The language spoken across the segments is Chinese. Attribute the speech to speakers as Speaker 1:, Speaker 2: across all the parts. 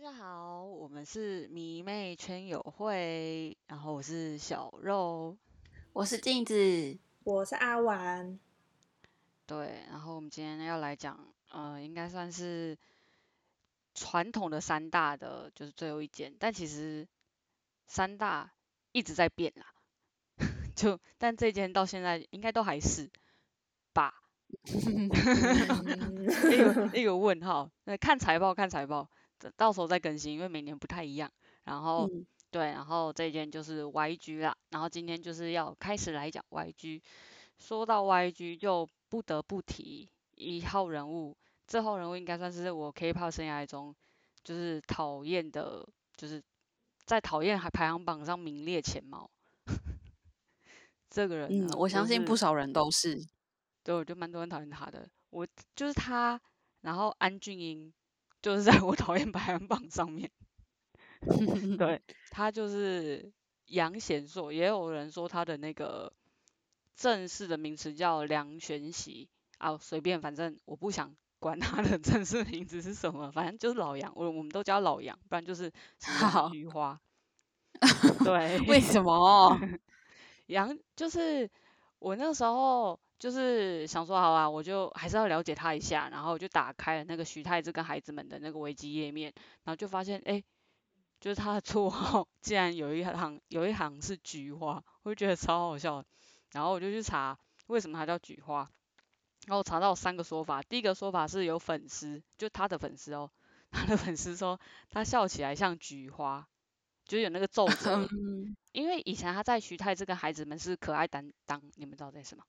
Speaker 1: 家好，我们是迷妹圈友会，然后我是小肉，
Speaker 2: 我是镜子，
Speaker 3: 我是 阿丸。
Speaker 1: 对，然后我们今天要来讲，呃，应该算是传统的三大的，就是最后一间，但其实三大一直在变啦， 就但这间到现在应该都还是吧，
Speaker 3: 嗯
Speaker 1: 一个一个问号，那看财报看财报，到时候再更新，因为每年不太一样，然后。
Speaker 2: 嗯
Speaker 1: 对，然后这一件就是 YG 啦，然后今天就是要开始来讲 YG。说到 YG，就不得不提一号人物，这号人物应该算是我 K-pop 生涯中就是讨厌的，就是在讨厌排行榜上名列前茅。 这个人
Speaker 2: 嗯
Speaker 1: 呢，，
Speaker 2: 我相信不
Speaker 1: 是，
Speaker 2: 少人都是，
Speaker 1: 对，我就蛮多人讨厌他的。我就是他，然后安俊英就是在我 讨厌排行榜上面。对，他就是杨贤硕，也有人说他的那个正式的名词叫梁玄熙啊，随便，反正我不想管他的 正式名字是什么，反正就是老杨，我我们都叫他老杨，不然就是什么
Speaker 2: 好
Speaker 1: 菊花。对，
Speaker 2: 为 什么？
Speaker 1: 杨就是我那时候就是想说，好啊，我就还是要了解他一下，然后我就打开了那个徐太志跟孩子们的那个维基页面，然后就发现，哎、就是他的绰号竟然有一行有一行是菊花，我就觉得超好笑的。然后我就去查为什么他叫菊花，然后我查到三个说法，第一个说法是有粉丝，就他的粉丝哦，他的粉丝说他笑起来像菊花，就是有那个皱褶。
Speaker 2: 嗯
Speaker 1: 因为以前他在徐太这个孩子们是可爱担当，你们知道这是什么？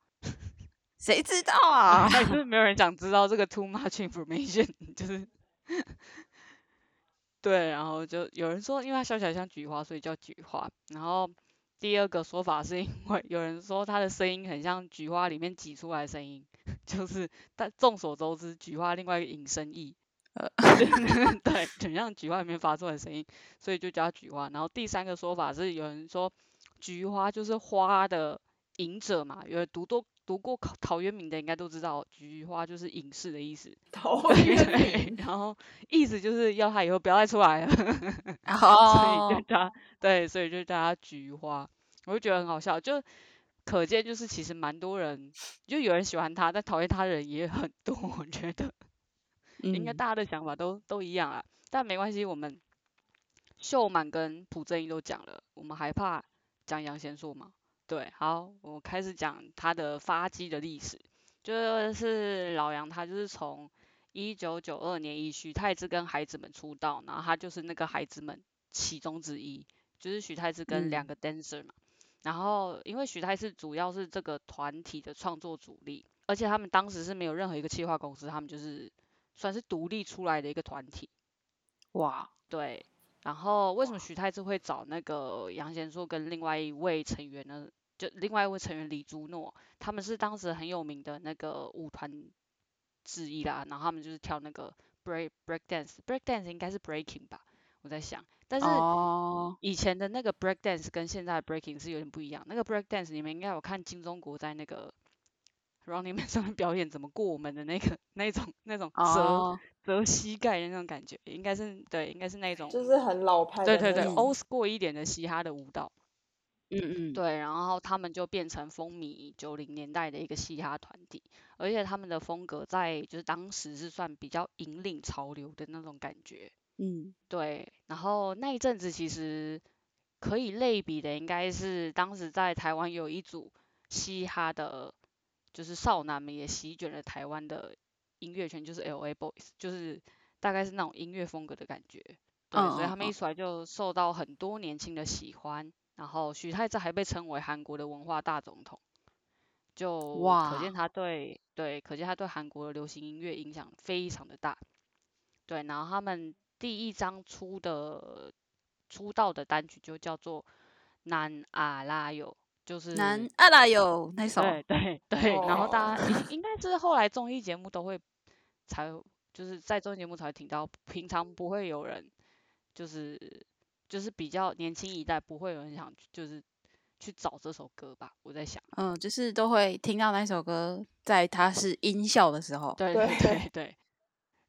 Speaker 2: 谁知道 啊？
Speaker 1: 但是没有人想知道这个 too much information，就是 对，然后就有人说，因为他笑起来像菊花，所以叫菊花。然后第二个说法是因为有人说他的声音很像菊花里面挤出来的声音，就是但众所周知，菊花另外一个引申义，
Speaker 2: 呃
Speaker 1: 对，很像菊花里面发出来的声音，所以就叫它菊花。然后第三个说法是有人说菊花就是花的隐者嘛，有人读多读过考陶渊明的应该都知道，菊花就是隐士的意思。
Speaker 3: 陶 渊
Speaker 1: 对，
Speaker 3: 明，
Speaker 1: 然后意思就是要他以后不要再出来了， 所以
Speaker 2: 哦
Speaker 1: 就，叫他对，所以就叫他菊花，我就觉得很好笑，就可见就是其实蛮多人，就有人喜欢他，但讨厌他的人也很多，我觉得。应该
Speaker 2: 嗯
Speaker 1: 大家的想法都都一样啊。但没关系，我们秀满跟朴正义都讲了，我们还怕讲杨贤硕吗？对，好，我开始讲他的发迹的历史，就是老杨他就是从一九九二年以许太志跟孩子们出道，然后他就是那个孩子们其中之一，就是许太志跟两
Speaker 2: 嗯
Speaker 1: 个 dancer 嘛。然后因为许太志主要是这个团体的创作主力，而且他们当时是没有任何一个企划公司，他们就是算是独立出来的一个团体。
Speaker 2: 哇，
Speaker 1: 对，然后为什么徐太志会找那个杨贤硕跟另外一位成员呢？就另外一位成员李朱诺，他们是当时很有名的那个舞团之一啦，然后他们就是跳那个 break break dance，break dance 应该是 breaking 吧，我在想，但是。
Speaker 2: 哦，
Speaker 1: 以前的那个 break dance 跟现在的 breaking 是有点不一样。那个 break dance 你们应该有看金钟国在那个 Running Man 上面表演怎么过我们的那个那种那种折
Speaker 2: 哦，
Speaker 1: 折膝盖的那种感觉，应该是对，应该是那种
Speaker 3: 就是很老派
Speaker 1: 对
Speaker 3: 的
Speaker 1: 对
Speaker 3: 那
Speaker 1: 对
Speaker 3: 种。
Speaker 1: old school 一点的嘻哈的舞蹈。
Speaker 2: 嗯嗯，
Speaker 1: 对，然后他们就变成风靡九零年代的一个嘻哈团体，而且他们的风格在就是当时是算比较引领潮流的那种感觉。
Speaker 2: 嗯，
Speaker 1: 对，然后那一阵子其实可以类比的，应该是当时在台湾有一组嘻哈的，就是少男们也席卷了台湾的音乐圈，就是 L.A. Boys，就是大概是那种音乐风格的感觉。对，所以
Speaker 2: 嗯
Speaker 1: 他们
Speaker 2: 嗯
Speaker 1: 一
Speaker 2: 嗯
Speaker 1: 出来就受到很多年轻的喜欢，然后许太志还被称为韩国的文化大总统，就可见
Speaker 2: 哇
Speaker 1: 他对对，可见他对韩国的流行音乐影响非常的大。对，然后他们第一张出的出道的单曲就叫做《南阿拉有》，就是
Speaker 2: 南阿拉有那首，
Speaker 1: 对对对，然后大
Speaker 3: 哦
Speaker 1: 家应应该是后来综艺节目都会才就是在综艺节目才会听到，平常不会有人就是就是比较年轻一代不会有人想去就是去找这首歌吧，我在想。
Speaker 2: 嗯，就是都会听到那首歌，在它是音效的时候，
Speaker 1: 对
Speaker 3: 对
Speaker 1: 对对对。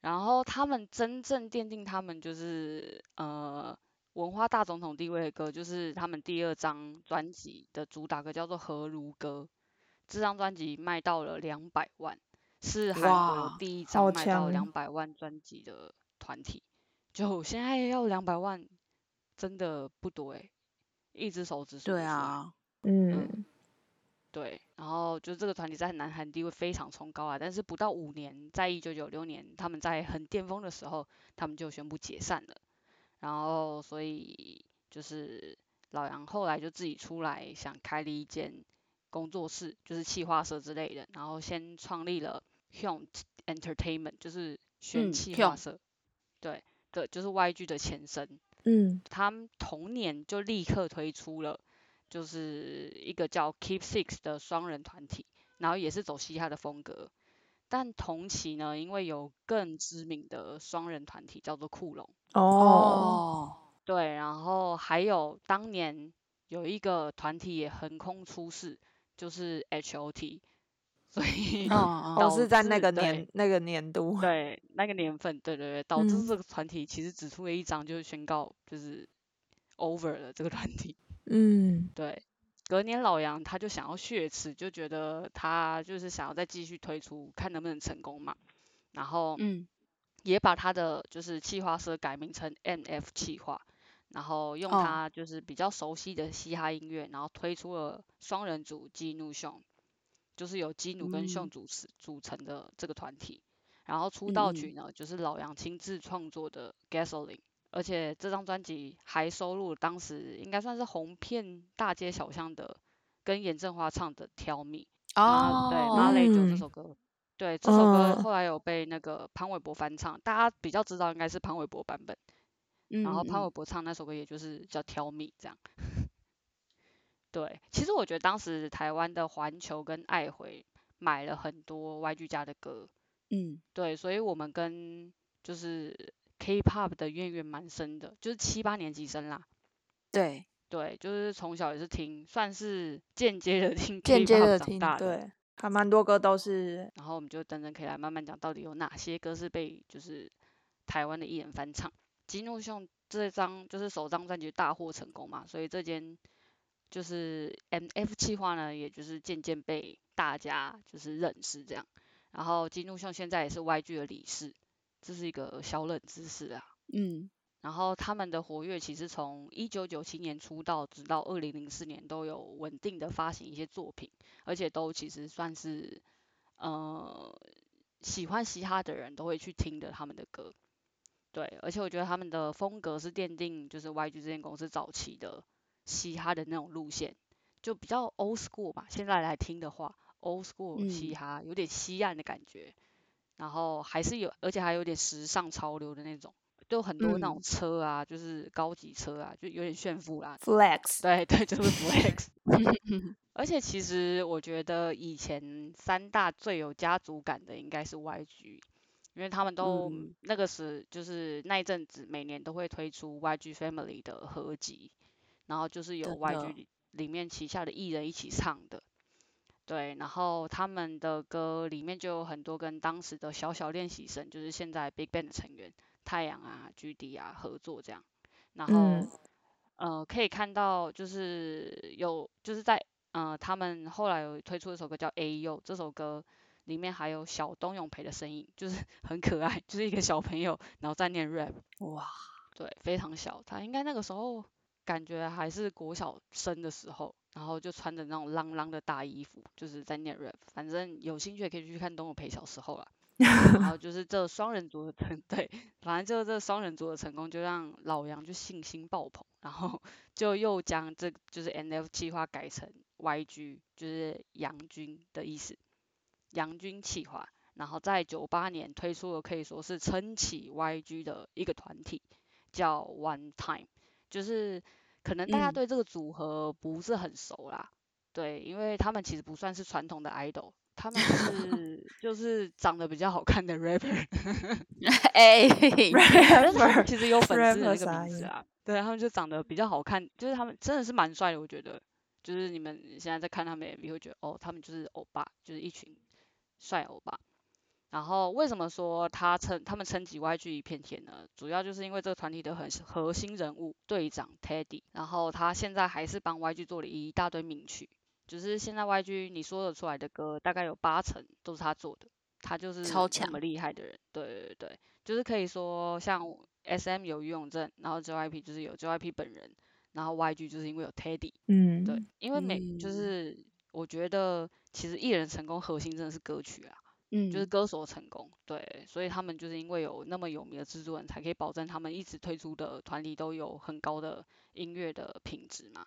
Speaker 1: 然后他们真正奠定他们就是呃文化大总统地位的歌，就是他们第二张专辑的主打歌叫做《何如歌》，这张专辑卖到了两百万，是韩国
Speaker 2: 哇
Speaker 1: 第一
Speaker 3: 好
Speaker 1: 张卖到两
Speaker 3: 强
Speaker 1: 百万专辑的团体。就现在要两百万，真的不多诶、一只手指数得
Speaker 2: 对
Speaker 1: 出来
Speaker 2: 啊，
Speaker 3: 嗯，
Speaker 1: 对，然后就这个团体在南韩地位非常崇高啊，但是不到五年，在一九九六年他们在很巅峰的时候，他们就宣布解散了。然后所以就是老杨后来就自己出来想开了一间工作室，就是企划社之类的，然后先创立了 Hyun Entertainment，就是宣
Speaker 2: 嗯
Speaker 1: 企划
Speaker 2: ，Hyun
Speaker 1: 社，对的，就是 YG 的前身。
Speaker 3: 嗯，
Speaker 1: 他们同年就立刻推出了，就是一个叫 Keep Six 的双人团体，然后也是走嘻哈的风格。但同期呢，因为有更知名的双人团体叫做酷龙，
Speaker 3: 哦，
Speaker 2: 哦，
Speaker 1: 对，然后还有当年有一个团体也横空出世，就是 H.O.T，所以
Speaker 2: 嗯
Speaker 1: 导
Speaker 2: 嗯
Speaker 3: 哦，是在那
Speaker 1: 致
Speaker 3: 个
Speaker 1: 对
Speaker 3: 年那个年度，
Speaker 1: 对，那个年份，对对对，导致
Speaker 3: 嗯
Speaker 1: 这个团体其实只出了一张，就是宣告就是 over 了这个团体。
Speaker 3: 嗯
Speaker 1: 对，隔年老杨他就想要血池，就觉得他就是想要再继续推出，看能不能成功嘛。然后
Speaker 2: 嗯，
Speaker 1: 也把他的就是企划社改名成 MF 企划，然后用
Speaker 2: 哦
Speaker 1: 他就是比较熟悉的嘻哈音乐，然后推出了双人组激怒秀，就是由激怒跟秀
Speaker 2: 嗯
Speaker 1: 组成组成的这个团体。然后出
Speaker 2: 嗯
Speaker 1: 道
Speaker 2: 嗯
Speaker 1: 曲呢，就是老杨亲自创作的《Gasoline》，而且这张专辑还收录当时应该算是红遍大街小巷的，跟严正华唱的《Tell Me》。
Speaker 2: 哦
Speaker 1: 马，对马
Speaker 3: 嗯
Speaker 1: 磊就这首歌，对这首歌
Speaker 3: 嗯
Speaker 1: 后来有被那个潘玮柏翻唱，大家比较知道应该是潘玮柏版本，
Speaker 2: 嗯
Speaker 1: 然后
Speaker 2: 嗯
Speaker 1: 潘玮
Speaker 2: 嗯
Speaker 1: 柏唱那首歌也就是叫《Tell Me》这样。 对，其实我觉得当时台湾的环球跟爱回买了很多 YG 家的歌，
Speaker 2: 嗯，
Speaker 1: 对，所以我们跟就是 K-pop 的渊源蛮深的，就是七八年级生啦。
Speaker 2: 对，
Speaker 1: 对，就是从小也是听，算是间接的听
Speaker 3: 间接
Speaker 1: K-pop
Speaker 3: 的
Speaker 1: 长
Speaker 3: 听，
Speaker 1: 大的。
Speaker 3: 对，还蛮多歌都是，
Speaker 1: 然后我们就等等可以来慢慢讲，到底有哪些歌是被就是台湾的艺人翻唱。吉怒秀这张就是首张专辑大获成功嘛，所以这间就是 MF 企划呢，也就是渐渐被大家就是认识这样。然后吉怒秀现在也是 YG 的理事，这是一个小冷知识啊。
Speaker 2: 嗯
Speaker 1: 然后他们的活跃其实从一九九七年出道，直到二零零四年都有稳定的发行一些作品，而且都其实算是呃喜欢嘻哈的人都会去听的他们的歌。对，而且我觉得他们的风格是奠定就是 YG 这间公司早期的嘻哈的那种路线，就比较 old school 吧。现在来听的话，old school 嘻
Speaker 2: 嗯
Speaker 1: 哈有点西岸的感觉，然后还是有，而且还有点时尚潮流的那种，就很多那种
Speaker 2: 嗯
Speaker 1: 车啊，就是高级车啊，就有点炫富啦。
Speaker 3: flex，
Speaker 1: 对对，就是 flex。而且其实我觉得以前三大最有家族感的应该是 YG，因为他们都
Speaker 2: 嗯
Speaker 1: 那个时就是那一阵子每年都会推出 YG Family 的合集，然后就是有
Speaker 2: 真
Speaker 1: YG
Speaker 2: 的
Speaker 1: 里里面旗下的艺人一起唱的。对，然后他们的歌里面就有很多跟当时的小小练习生，就是现在 Big Bang 的成员太阳啊、GD 啊合作这样，然后
Speaker 3: 嗯
Speaker 1: 呃，可以看到就是有就是在呃，他们后来有推出一首歌叫《A U》，这首歌里面还有小东永培的声音，就是 很可爱，就是一个小朋友然后在念 rap，
Speaker 2: 哇，
Speaker 1: 对，非常小，他应该那个时候感觉还是国小生的时候，然后就穿着那种浪浪的大衣服，就是在念 rap，反正有兴趣也可以去看东永培小时候啦。然后就是这双人组的成， 对，反正就是这双人组的成功，就让老杨就信心爆棚，然后 就又将这就是 NF 计划改成 YG，就是杨军的意思，杨军企划。然后在九八年推出了可以说是撑起 YG 的一个团体，叫 One Time，就是可能大家
Speaker 2: 嗯
Speaker 1: 对这个组合不是很熟啦，对，因为他们其实不算是传统的 idol，他们是就是长得比较好看的 rapper，
Speaker 2: 哎，
Speaker 1: 但是他们其实有粉丝的
Speaker 3: rapper
Speaker 1: 那个
Speaker 3: 啥
Speaker 1: 名字
Speaker 3: 意
Speaker 1: 啊，对他们就长得比较好看，就是他们真的是蛮帅的，我觉得，就是你们现在在看他们 MV 会觉得哦，他们就是欧巴，就是一群帅欧巴。然后为什么说他称他们称 GYG 一片天呢？主要就是因为这个团体的很核心人物队长 Teddy，然后他现在还是帮 YG 做了一大堆名曲，就是现在 YG 你说得出来的歌，大概有八成都是他做的，他就是
Speaker 2: 超
Speaker 1: 这
Speaker 2: 强
Speaker 1: 么厉害的人。对对对，就是可以说像 SM 有于永正，然后 JYP 就是有 JYP 本人，然后 YG 就是因为有 Teddy，
Speaker 3: 嗯，
Speaker 1: 对，，因为每就
Speaker 2: 嗯
Speaker 1: 是我觉得其实艺人成功核心真的是歌曲啊，
Speaker 2: 嗯，
Speaker 1: 就是歌手成功，对，所以他们就是因为有那么有名的制作人，才可以保证他们一直推出的团体都有很高的音乐的品质嘛。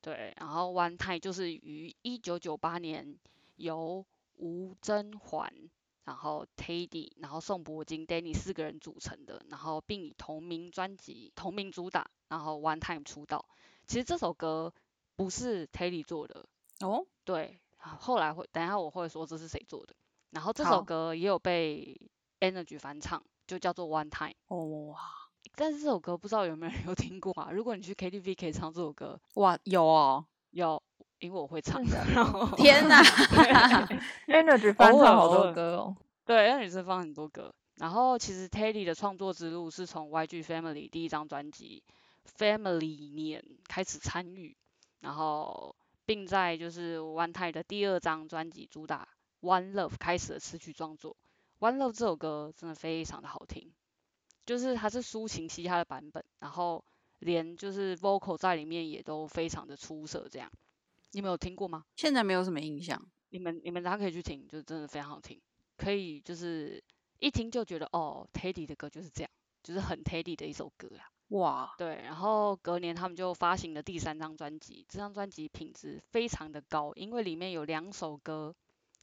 Speaker 1: 对，然后 One Time 就是于一九九八年由吴珍环、然后 Teddy、然后宋博金、Danny 四个人组成的，然后并以同名专辑、同名主打，然后 One Time 出道。其实这首歌不是 Teddy 做的，
Speaker 2: 哦，
Speaker 1: 对，后来会等一下我会说这是谁做的。然后这首
Speaker 2: 好
Speaker 1: 歌也有被 Energy 翻唱，就叫做 One Time。
Speaker 2: 哦哇
Speaker 1: 但是这首歌不知道有没有人有听过啊？如果你去 KTV 可以唱这首歌，
Speaker 2: 哇有哦，
Speaker 1: 要因为我会唱，然后
Speaker 2: 天哪，
Speaker 3: Energy 翻
Speaker 1: 偶
Speaker 3: 唱
Speaker 1: 尔
Speaker 3: 好
Speaker 1: 偶
Speaker 3: 多
Speaker 1: 尔
Speaker 3: 歌哦。
Speaker 1: 对，那女生放很多歌。然后其实 Teddy 的创作之路是从 YG Family 第一张专辑《Family 年》开始参与，然后并在就是 One Time 的第二张专辑主打《One Love》开始的词曲创作。《One Love》这首歌真的非常的好听，就是它是抒情嘻哈的版本，然后连就是 vocal 在里面也都非常的出色。这样，你们有听过吗？
Speaker 2: 现在没有什么印象。
Speaker 1: 你们你们大家可以去听，就真的非常好听，可以就是一听就觉得哦，Teddy 的歌就是这样，就是很 Teddy 的一首歌啦。
Speaker 2: 哇，
Speaker 1: 对，然后隔年他们就发行了第三张专辑，这张专辑品质非常的高，因为里面有两首歌，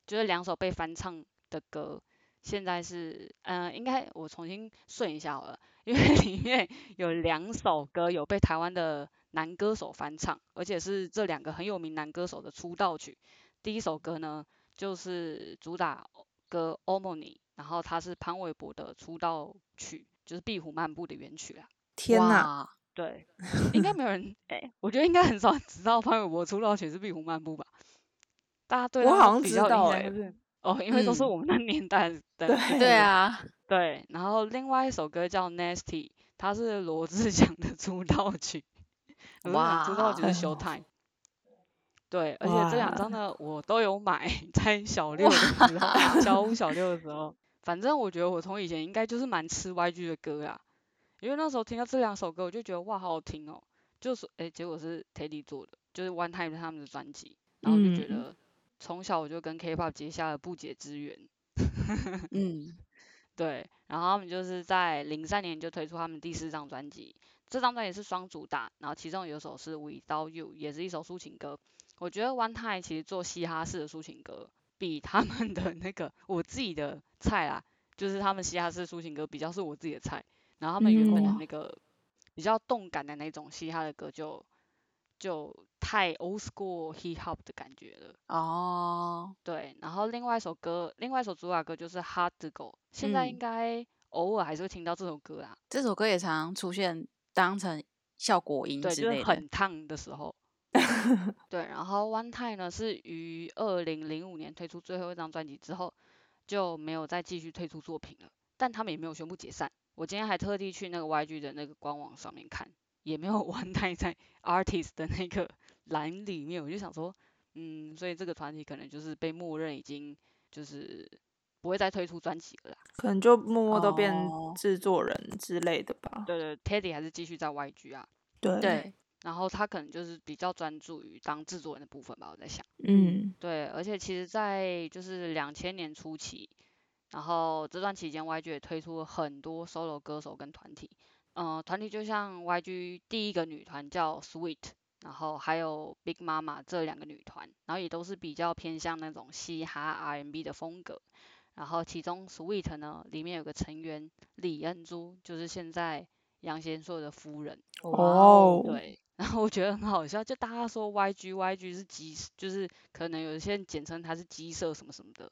Speaker 1: 就是两首被翻唱的歌。现在是，嗯、应该我重新顺一下好了，因为 里面有两首歌有被台湾的男歌手翻唱，而且是这两个很有名男歌手的出道曲。第一首歌呢，就是主打歌《Omni》，然后它是潘玮柏的出道曲，就是《壁虎漫步》的原曲啦。
Speaker 3: 天哪，
Speaker 2: 哪，
Speaker 1: 对，应该没有人，哎、我觉得应该很少人知道潘玮柏出道曲是《壁虎漫步》吧？大家对
Speaker 3: 我
Speaker 1: 他
Speaker 3: 好像
Speaker 1: 比
Speaker 3: 知
Speaker 1: 较有印
Speaker 3: 道
Speaker 1: 象
Speaker 3: 哎
Speaker 1: 就是哦，因为都是
Speaker 2: 嗯
Speaker 1: 我们那年代的 歌，
Speaker 2: 对啊，
Speaker 1: 对。然后另外一首歌叫《Nasty》，它是罗志祥的出道曲，罗志
Speaker 2: 嗯
Speaker 1: 祥出道曲
Speaker 3: 哇
Speaker 1: 是《Showtime》。对，而且这两张呢，我都有买，在小六的时候，小五、小六的时候，反正我觉得我从以前应该就是蛮吃 YG 的歌啦，因为那时候听到这两首歌，我就觉得哇，好好听哦，就是诶、结果是 Teddy 做的，就是 One Time 他们的专辑，然后我就觉
Speaker 3: 嗯
Speaker 1: 得从小我就跟 K-pop 结下了不解之缘，
Speaker 2: 嗯，
Speaker 1: 对，然后他们就是在零三年就推出他们第四张专辑，这张专辑是双主打，然后其中有一首是《Without You》，也是一首抒情歌。我觉得 One Time 其实做嘻哈式的抒情歌，比他们的那个我自己的菜啦，就是他们嘻哈式抒情歌比较是我自己的菜，然后他们原本的
Speaker 3: 嗯
Speaker 1: 那个比较动感的那种嘻哈的歌就就太 old school hip hop 的感觉了。
Speaker 2: 哦，
Speaker 1: 对，然后另外一首歌，另外一首主打歌就是《Hard to Go》，现在应
Speaker 2: 嗯
Speaker 1: 该偶尔还是会听到这首歌啦。
Speaker 2: 这首歌也常常出现当成效果音
Speaker 1: 对，
Speaker 2: 嗯之
Speaker 1: 就是
Speaker 2: 类的。
Speaker 1: 很烫的时候。对，然后 One Time 呢是于二零零五年推出最后一张专辑之后，就没有再继续推出作品了，但他们也没有宣布解散。我今天还特地去那个 YG 的那个官网上面看，也没有 One Time 在 Artist 的那个栏里面，我就想说，嗯，所以这个团体可能就是被默认已经就是不会再推出专辑了啦。
Speaker 3: 可能就默默都变
Speaker 2: 哦
Speaker 3: 制作人之类的吧。
Speaker 1: 对对，Teddy 还是继续在 YG 啊，
Speaker 3: 对，
Speaker 2: 对，
Speaker 1: 然后他可能就是比较专注于当制作人的部分吧，我在想。
Speaker 3: 嗯
Speaker 1: 对，而且其实，在就是两千年初期，然后这段期间，YG 也推出了很多 solo 歌手跟团体。嗯、团体就像 YG 第一个女团叫 Sweet，然后还有 Big Mama 这两个女团，然后也都是比较偏向那种嘻哈 R&B 的风格。然后其中 Sweet 呢，里面有个成员李恩珠，就是现在杨贤硕的夫人。
Speaker 2: 哇
Speaker 3: 哦，
Speaker 1: 对， 然后我觉得很好笑，就大家说 YG YG 是鸡，就是可能有一些人简称它是鸡舍什么什么的，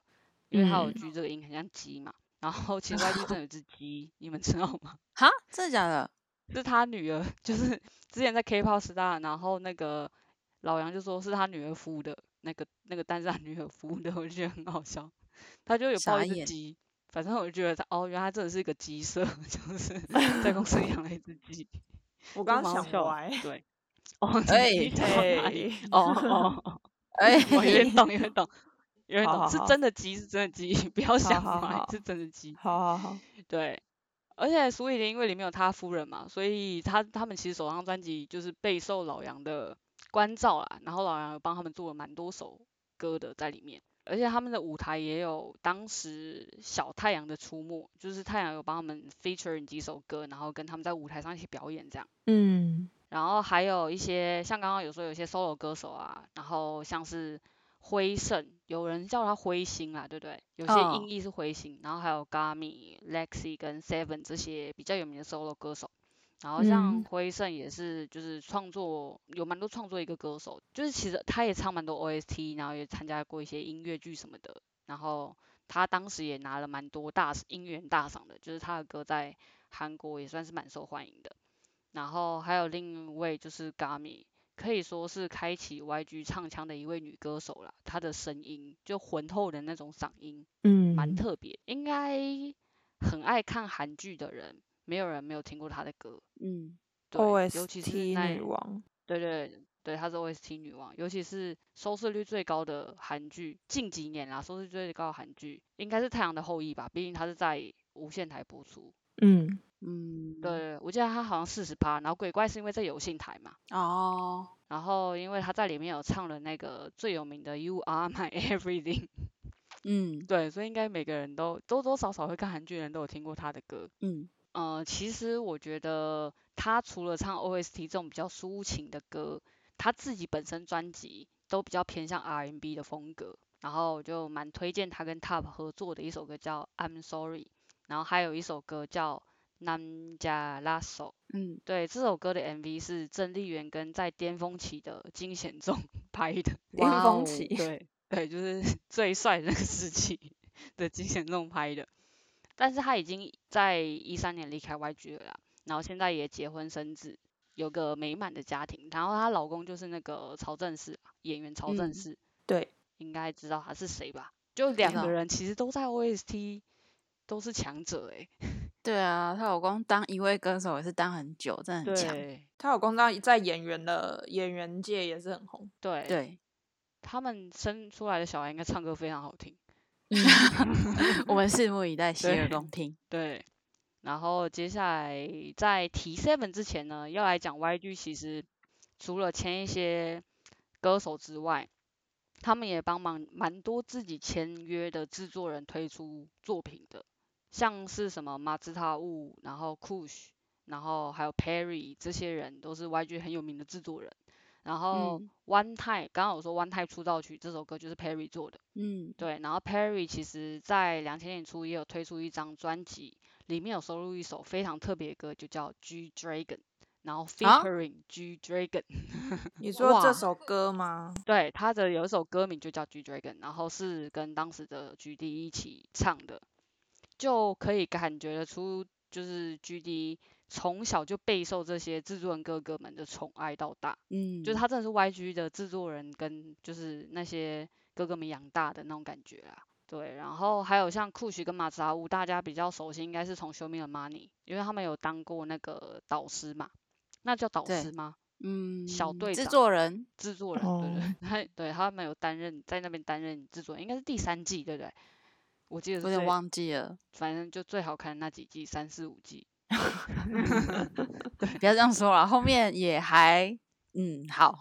Speaker 1: 因为它有
Speaker 3: 嗯
Speaker 1: G 这个音，很像鸡嘛。然后其实 YG 真的有一只鸡，你们知道吗？
Speaker 2: 哈，真的假的？
Speaker 1: 是他女儿，就是之前在 K-pop Star，然后那个老杨就说是他女儿 孵的，那个那个但是他女儿孵的，我就觉得很好笑。他就有抱
Speaker 2: 傻
Speaker 1: 一只
Speaker 2: 眼
Speaker 1: 鸡，反正我就觉得他哦，原来他真的是一个鸡舍， 就是在公司养了一只鸡。
Speaker 3: 我刚
Speaker 2: 蛮
Speaker 3: 刚
Speaker 2: 好
Speaker 3: 想
Speaker 1: 笑
Speaker 3: 歪，
Speaker 1: 对，哦，
Speaker 2: 哎
Speaker 1: 你讲到哪里？
Speaker 3: 哎
Speaker 1: 哦 哦哦，
Speaker 2: 哎，
Speaker 1: 我有 点懂，有 点懂，有点
Speaker 3: 好
Speaker 1: 懂，
Speaker 3: 好
Speaker 1: 是
Speaker 3: 好
Speaker 1: 真的鸡，是真的鸡， 不要想
Speaker 3: 好
Speaker 1: 歪
Speaker 3: 好，
Speaker 1: 是真的鸡。
Speaker 3: 好 好好，
Speaker 1: 对，而且苏以林因为里面有他夫人嘛，所以他他们其实首张专辑就是备受老杨的关照啦，然后老杨有帮他们做了蛮多首歌的在里面，而且他们的舞台也有当时小太阳的出没，就是太阳有帮他们 featuring 几首歌，然后跟他们在舞台上一起表演这样。
Speaker 3: 嗯，
Speaker 1: 然后还有一些像刚刚有说有一些 solo 歌手啊，然后像是灰盛，有人叫他灰星啦，对不对？有些
Speaker 2: 嗯
Speaker 1: 音译是灰星，然后还有 Gami、Lexi 跟 Seven 这些比较有名的 solo 歌手。然后像
Speaker 3: 嗯
Speaker 1: 灰盛也是，就是创作有蛮多创作一个歌手，就是其实他也唱蛮多 OST，然后也参加过一些音乐剧什么的。然后他当时也拿了蛮多大音源大赏的，就是他的歌在韩国也算是蛮受欢迎的。然后还有另一位就是 Gami，可以说是开启 YG 唱腔的一位女歌手啦。她的声音就浑厚的那种嗓音，
Speaker 3: 嗯
Speaker 1: 蛮特别，应该很爱看韩剧的人，没有人没有听过她的歌。
Speaker 2: 嗯，
Speaker 1: 对，尤其是
Speaker 3: OST
Speaker 1: 那
Speaker 3: 女王，
Speaker 1: 对对对，她是 OST 女王，尤其是收视率最高的韩剧，近几年啦，收视率最高的韩剧应该是《太阳的后裔》吧，毕竟它是在无线台播出。
Speaker 3: 嗯，
Speaker 2: 嗯，，
Speaker 1: 对，我记得它好像四十趴，然后鬼怪是因为在有线台嘛，
Speaker 2: 哦，
Speaker 1: 然后因为他在里面有唱了那个最有名的 You Are My Everything，
Speaker 2: 嗯
Speaker 1: 对，所以应该每个人都多多少少会看韩剧的人都有听过他的歌。
Speaker 2: 嗯
Speaker 1: 呃，其实我觉得他除了唱 OST 这种比较抒情的歌，他自己本身专辑都比较偏向 R&B 的风格，然后我就蛮推荐他跟 TOP 合作的一首歌叫 I'm Sorry，然后还有一首歌叫 Nam Ja La So。
Speaker 2: 嗯，
Speaker 1: 对，这首歌的 MV 是郑丽媛跟在巅峰期的金贤重 拍的。
Speaker 3: 巅
Speaker 2: 哇
Speaker 3: 峰
Speaker 2: 哦
Speaker 3: 期，
Speaker 1: 对对，就是 最帅的那个时期的金贤重拍的。但是他已经在一三年离开 YG 了啦，然后现在也结婚生子，有个美满的家庭。然后她老公就是那个曹正奭啊，演员曹正
Speaker 2: 嗯
Speaker 1: 奭，
Speaker 3: 对，
Speaker 1: 应该知道他是谁吧？就两
Speaker 2: 道
Speaker 1: 个人其实都在 OST 都是强者欸诶、
Speaker 2: 对啊，她老公当一位歌手也是当很久，真的很强，
Speaker 1: 对
Speaker 3: 她老公在在演员的演员界也是很红，
Speaker 1: 对
Speaker 2: 对，
Speaker 1: 他们生出来的小孩应该唱歌非常好听，
Speaker 3: 嗯
Speaker 2: 我们拭目以待，洗耳
Speaker 1: 对
Speaker 2: 恭听。
Speaker 1: 对。然后接下来在提 Seven 之前呢，要来讲 YG，其实除了签一些歌手之外，他们也帮忙蛮多自己签约的制作人推出作品的，像是什么马自塔物，然后 Kush，然后还有 Perry 这些人都是 YG 很有名的制作人。然后
Speaker 2: 嗯
Speaker 1: One Time，刚刚我说 One Time 出道曲这首歌就是 Perry 做的。
Speaker 2: 嗯，
Speaker 1: 对，然后 Perry 其实在两千年初也有推出一张专辑，里面有收录一首非常特别的歌，就叫 G Dragon，然后 featuring G Dragon，、
Speaker 3: 你说
Speaker 2: 哇
Speaker 3: 这首歌吗？
Speaker 1: 对，他的有一首歌名就叫 G Dragon，然后是跟当时的 GD 一起唱的，就可以感觉得出，就是 GD 从小就备受这些制作人哥哥们的宠爱到大。
Speaker 2: 嗯，
Speaker 1: 就是他真的是 YG 的制作人跟就是那些哥哥们养大的那种感觉啊。对，然后还有像酷许跟马扎乌，大家比较熟悉应该是从《Show Me the Money》，因为他们有当过那个导师嘛，那叫导
Speaker 2: 对
Speaker 1: 师吗？
Speaker 2: 嗯
Speaker 1: 小队
Speaker 2: 制
Speaker 1: 长
Speaker 2: 作人，
Speaker 1: 制作人，对对
Speaker 3: 哦
Speaker 1: 对， 他对他们有担任在那边担任制作人，应该是第三季，对不对？我记得
Speaker 2: 我
Speaker 1: 是
Speaker 2: 有点
Speaker 1: 最，
Speaker 2: 忘记了，
Speaker 1: 反正就最好看的那几季，三四五季，
Speaker 2: 不要这样说了，后面也还嗯好，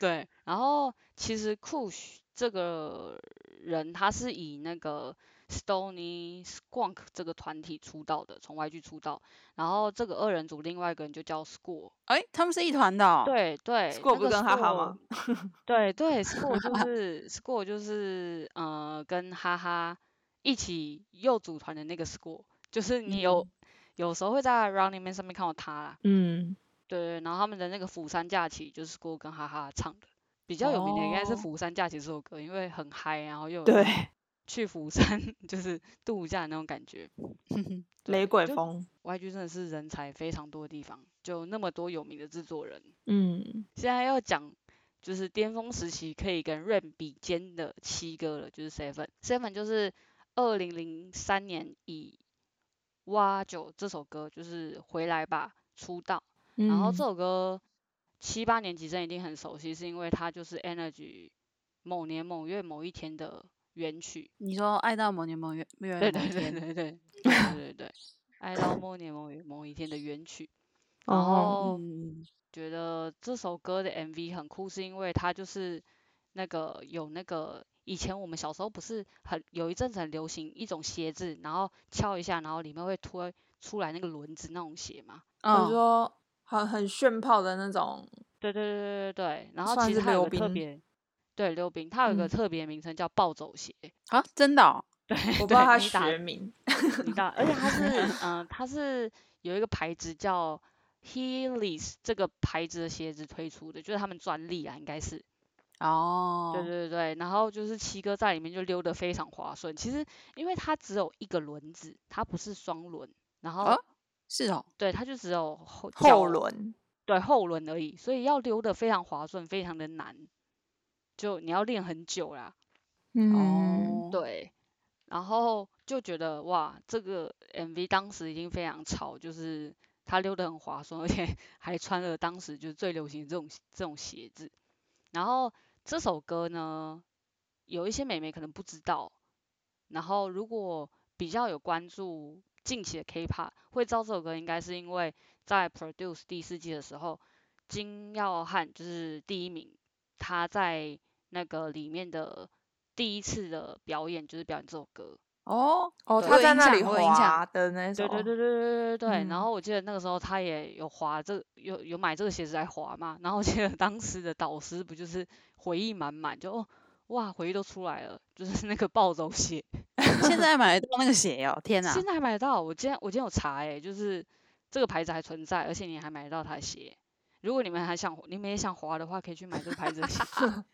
Speaker 1: 对，然后其实 Kush 这个人，他是以那个 Stony Squank 这个团体出道的，从 YG 出道。然后这个二人组另外一个人就叫 Score，
Speaker 2: 哎，他们是一团的哦，，
Speaker 1: 对对
Speaker 3: Score
Speaker 1: 那
Speaker 3: 不是
Speaker 1: 个
Speaker 3: 跟哈哈吗
Speaker 1: Score- 对对，Score 就是 Score 就是呃跟哈哈一起又组团的那个 Score，就是你有、有时候会在 Running Man 上面看到他啦。
Speaker 3: 嗯，
Speaker 1: 对对，然后他们的那个《釜山假期》就是 School 跟哈哈唱的，比较有名的应该是
Speaker 2: 哦
Speaker 1: 《釜山假期》这首歌，因为很嗨，然后又有
Speaker 3: 对，
Speaker 1: 去釜山 就是度假那种感觉。对
Speaker 3: 雷鬼
Speaker 1: 就
Speaker 3: 风，
Speaker 1: YG 真的是人才非常多的地方，就那么多有名的制作人。
Speaker 3: 嗯，
Speaker 1: 现在要讲就是巅峰时期可以跟 Rain 比肩的七哥了，就是 Seven。Seven 就是二零零三年以《哇九》这首歌就是回来吧出道，
Speaker 3: 嗯
Speaker 1: 然后这首歌七八年级生一定很熟悉，是因为它就是 Energy 某年某月某一天的原曲。
Speaker 2: 你说爱到某年某月某月
Speaker 1: 对
Speaker 2: 某
Speaker 1: 对对
Speaker 2: 天，
Speaker 1: 对对对对对对，爱到某年某月某一天的原曲。然
Speaker 3: 哦
Speaker 1: 后
Speaker 2: 嗯，
Speaker 1: 觉得这首歌的 MV 很酷，是因为它就是那个有那个以前我们小时候不是很有一阵子很流行一种鞋子，然后敲一下，然后里面会推出来那个轮子那种鞋嘛。
Speaker 3: 我
Speaker 2: 嗯
Speaker 3: 说很很炫炮的那 种，
Speaker 1: 对对对对对对，然后
Speaker 3: 算
Speaker 1: 其实
Speaker 3: 是
Speaker 1: 它有
Speaker 3: 溜
Speaker 1: 个特
Speaker 3: 冰
Speaker 1: 别，对溜冰，它有一个
Speaker 3: 嗯
Speaker 1: 特别名称叫暴走鞋。
Speaker 2: 啊，真的哦，
Speaker 1: 对，
Speaker 3: 我不知
Speaker 1: 对
Speaker 3: 道它
Speaker 1: 你打
Speaker 3: 学名。
Speaker 1: 你知道，而且它 是，嗯、它是有一个牌子叫 Heelys 这个牌子的鞋子推出的，就是他们专利啊，应该是。
Speaker 2: 哦，
Speaker 1: 对对对，然后就是七哥在里面就溜得非常滑顺。其实因为它只有一个轮子，它不是双轮，然后、
Speaker 2: 啊是哦，
Speaker 1: 对，它就只有后脚
Speaker 3: 后轮，
Speaker 1: 对后轮而已，所以要溜得非常滑顺，非常的难，就你要练很久啦。
Speaker 3: 嗯
Speaker 2: 哦，，
Speaker 1: 对，然后就觉得哇，这个 MV 当时已经非常潮，就是他溜得很划算， 而且还穿了当时就是最流行的这种这种鞋子。然后这首歌呢，有一些美眉可能不知道，然后如果比较有关注近期的 K-pop，会知道这首歌应该是因为在 Produce 第四季的时候，金耀汉就是第一名，他在那个里面的第一次的表演就是表演这首歌。
Speaker 2: 哦，
Speaker 3: 哦，
Speaker 1: 对
Speaker 3: 他
Speaker 1: 有
Speaker 3: 在
Speaker 2: 影
Speaker 3: 那
Speaker 2: 响
Speaker 3: 里
Speaker 2: 我有影响
Speaker 3: 滑的那种，
Speaker 1: 对对对对哦对对对。
Speaker 3: 嗯
Speaker 1: 然后我记得那个时候他也有滑这有有买这个鞋子来滑嘛。然后我记得当时的导师不就是回忆满满，就哦哇回忆都出来了，就是那个暴走鞋，
Speaker 2: 现 在买得到那个鞋哦，天哪
Speaker 1: 现，在还买得到。我今天我今天有查诶、就是这个牌子还存在，而且你还买得到他的鞋。如果你们还想你们也想滑的话，可以去买这个牌子的鞋。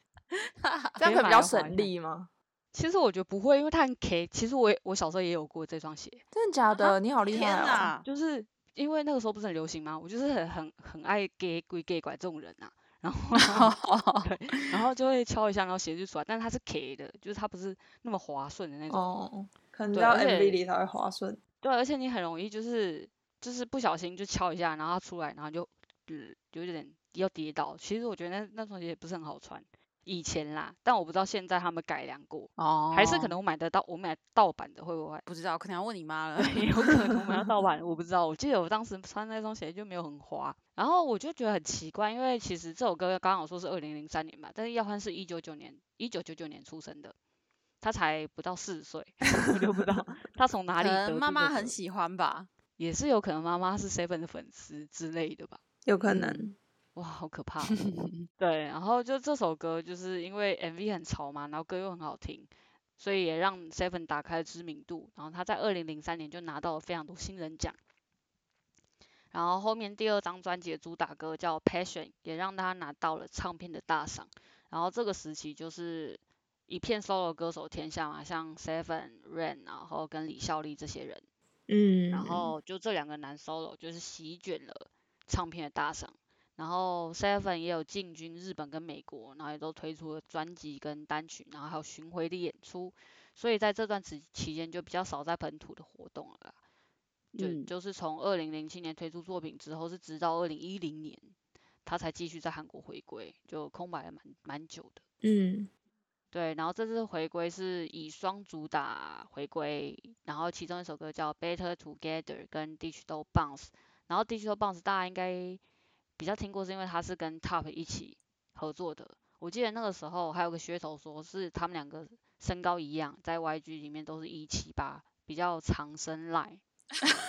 Speaker 3: 这
Speaker 1: 可以
Speaker 3: 样可以
Speaker 1: 买
Speaker 3: 比较
Speaker 1: 来滑一
Speaker 3: 省
Speaker 1: 下
Speaker 3: 力吗？
Speaker 1: 其实我觉得不会，因为它很 K。其实我也我小时候也有过这双鞋，
Speaker 3: 真的假的？你好厉
Speaker 2: 天
Speaker 3: 害哦！
Speaker 2: 哪，
Speaker 1: 就是因为那个时候不是很流行吗？我就是很很很爱 gay 归 gay 拐这种人啊，然后对，然后就会敲一下，然后鞋就出来，但它是 K 的，就是它不是那么滑顺的那种。
Speaker 3: 哦，可能
Speaker 1: 对
Speaker 3: 到
Speaker 1: 而且
Speaker 3: MV 里才会滑顺。
Speaker 1: 对，啊而且你很容易就是就是不小心就敲一下，然后它出来，然后就嗯有点要跌倒。其实我觉得那那双鞋也不是很好穿，以前啦，但我不知道现在他们改良过，
Speaker 2: 哦，
Speaker 1: 还是可能我买得到，我买盗版的会不会？
Speaker 2: 不知道，可能要问你妈了，
Speaker 1: 对，有可能我们要盗版，我不知道。我记得我当时穿那双鞋就没有很滑，然后我就觉得很奇怪，因为其实这首歌刚刚我说是二零零三年嘛，但是耀欢是一九九年一九九九年出生的，他才不到四岁， 我就不知道他从哪
Speaker 2: 可
Speaker 1: 里得
Speaker 2: 能
Speaker 1: 知
Speaker 2: 妈
Speaker 1: 这
Speaker 2: 妈
Speaker 1: 个
Speaker 2: 很喜欢吧，
Speaker 1: 也是有可能妈妈是 seven 的粉丝之类的吧。
Speaker 3: 有可
Speaker 2: 嗯
Speaker 3: 能，
Speaker 1: 哇，好可怕哦！对，然后就这首歌，就是因为 MV 很潮嘛，然后歌又很好听，所以也让 Seven 打开了知名度。然后他在二零零三年就拿到了非常多新人奖。然后后面第二张专辑的主打歌叫《Passion》，也让他拿到了唱片的大赏。然后这个时期就是一片 solo 歌手天下嘛，像 Seven、Rain，然后跟李孝利这些人。
Speaker 3: 嗯，
Speaker 1: 然后就这两个男 solo 就是席卷了唱片的大赏，然后 Seven 也有进军日本跟美国，然后也都推出了专辑跟单曲，然后还有巡回的演出，所以在这段时期间就比较少在本土的活动了啦。就、
Speaker 2: 嗯
Speaker 1: 就是从二零零七年推出作品之后，是直到二零一零年他才继续在韩国回归，就空白了蛮蛮久的。
Speaker 3: 嗯，
Speaker 1: 对，然后这次回归是以双主打回归，然后其中一首歌叫《Better Together》跟《Digital Bounce》，然后《Digital Bounce》大家应该比较听过，是因为它是跟 Top 一起合作的。我记得那个时候还有个噱头说是他们两个身高一样，在 YG 里面都是一七八，比较长身 line。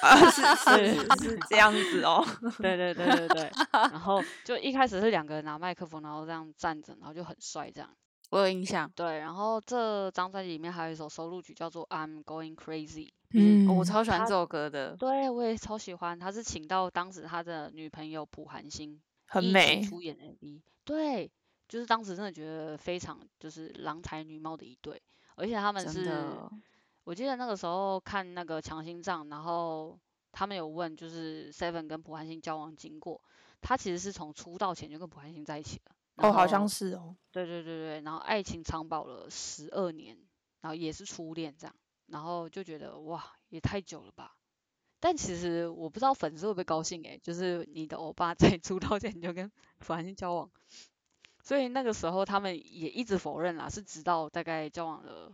Speaker 3: 啊是是是这样子哦。
Speaker 1: 对对对对对，然后就一开始是两个人拿麦克风，然后这样站着，然后就很帅这样。
Speaker 2: 我有印象，
Speaker 1: 对，然后这张专辑里面还有一首收录曲叫做《I'm Going Crazy》，
Speaker 2: 嗯，
Speaker 1: 哦
Speaker 3: 嗯
Speaker 2: 我超喜欢
Speaker 1: 他
Speaker 2: 这首歌的，
Speaker 1: 对我也超喜欢。他是请到当时他的女朋友朴韩星
Speaker 3: 很
Speaker 1: 一起
Speaker 3: 美，
Speaker 1: 出演 MV，对，就是当时真的觉得非常就是郎才女貌的一对，而且他们
Speaker 2: 真
Speaker 1: 是
Speaker 2: 的，
Speaker 1: 我记得那个时候看那个强心脏，然后他们有问就是 Seven 跟朴韩星交往经过，他其实是从出道前就跟朴韩星在一起了。然
Speaker 3: 哦，好
Speaker 1: 后
Speaker 3: 像是哦。
Speaker 1: 对对对对，然后爱情长跑了十二年，然后也是初恋这样，然后就觉得哇，也太久了吧。但其实我不知道粉丝会不会高兴诶、欸就是你的欧巴在 出道前就跟福安欣交往，所以那个时候他们也一直否认啦，是直到大概交往了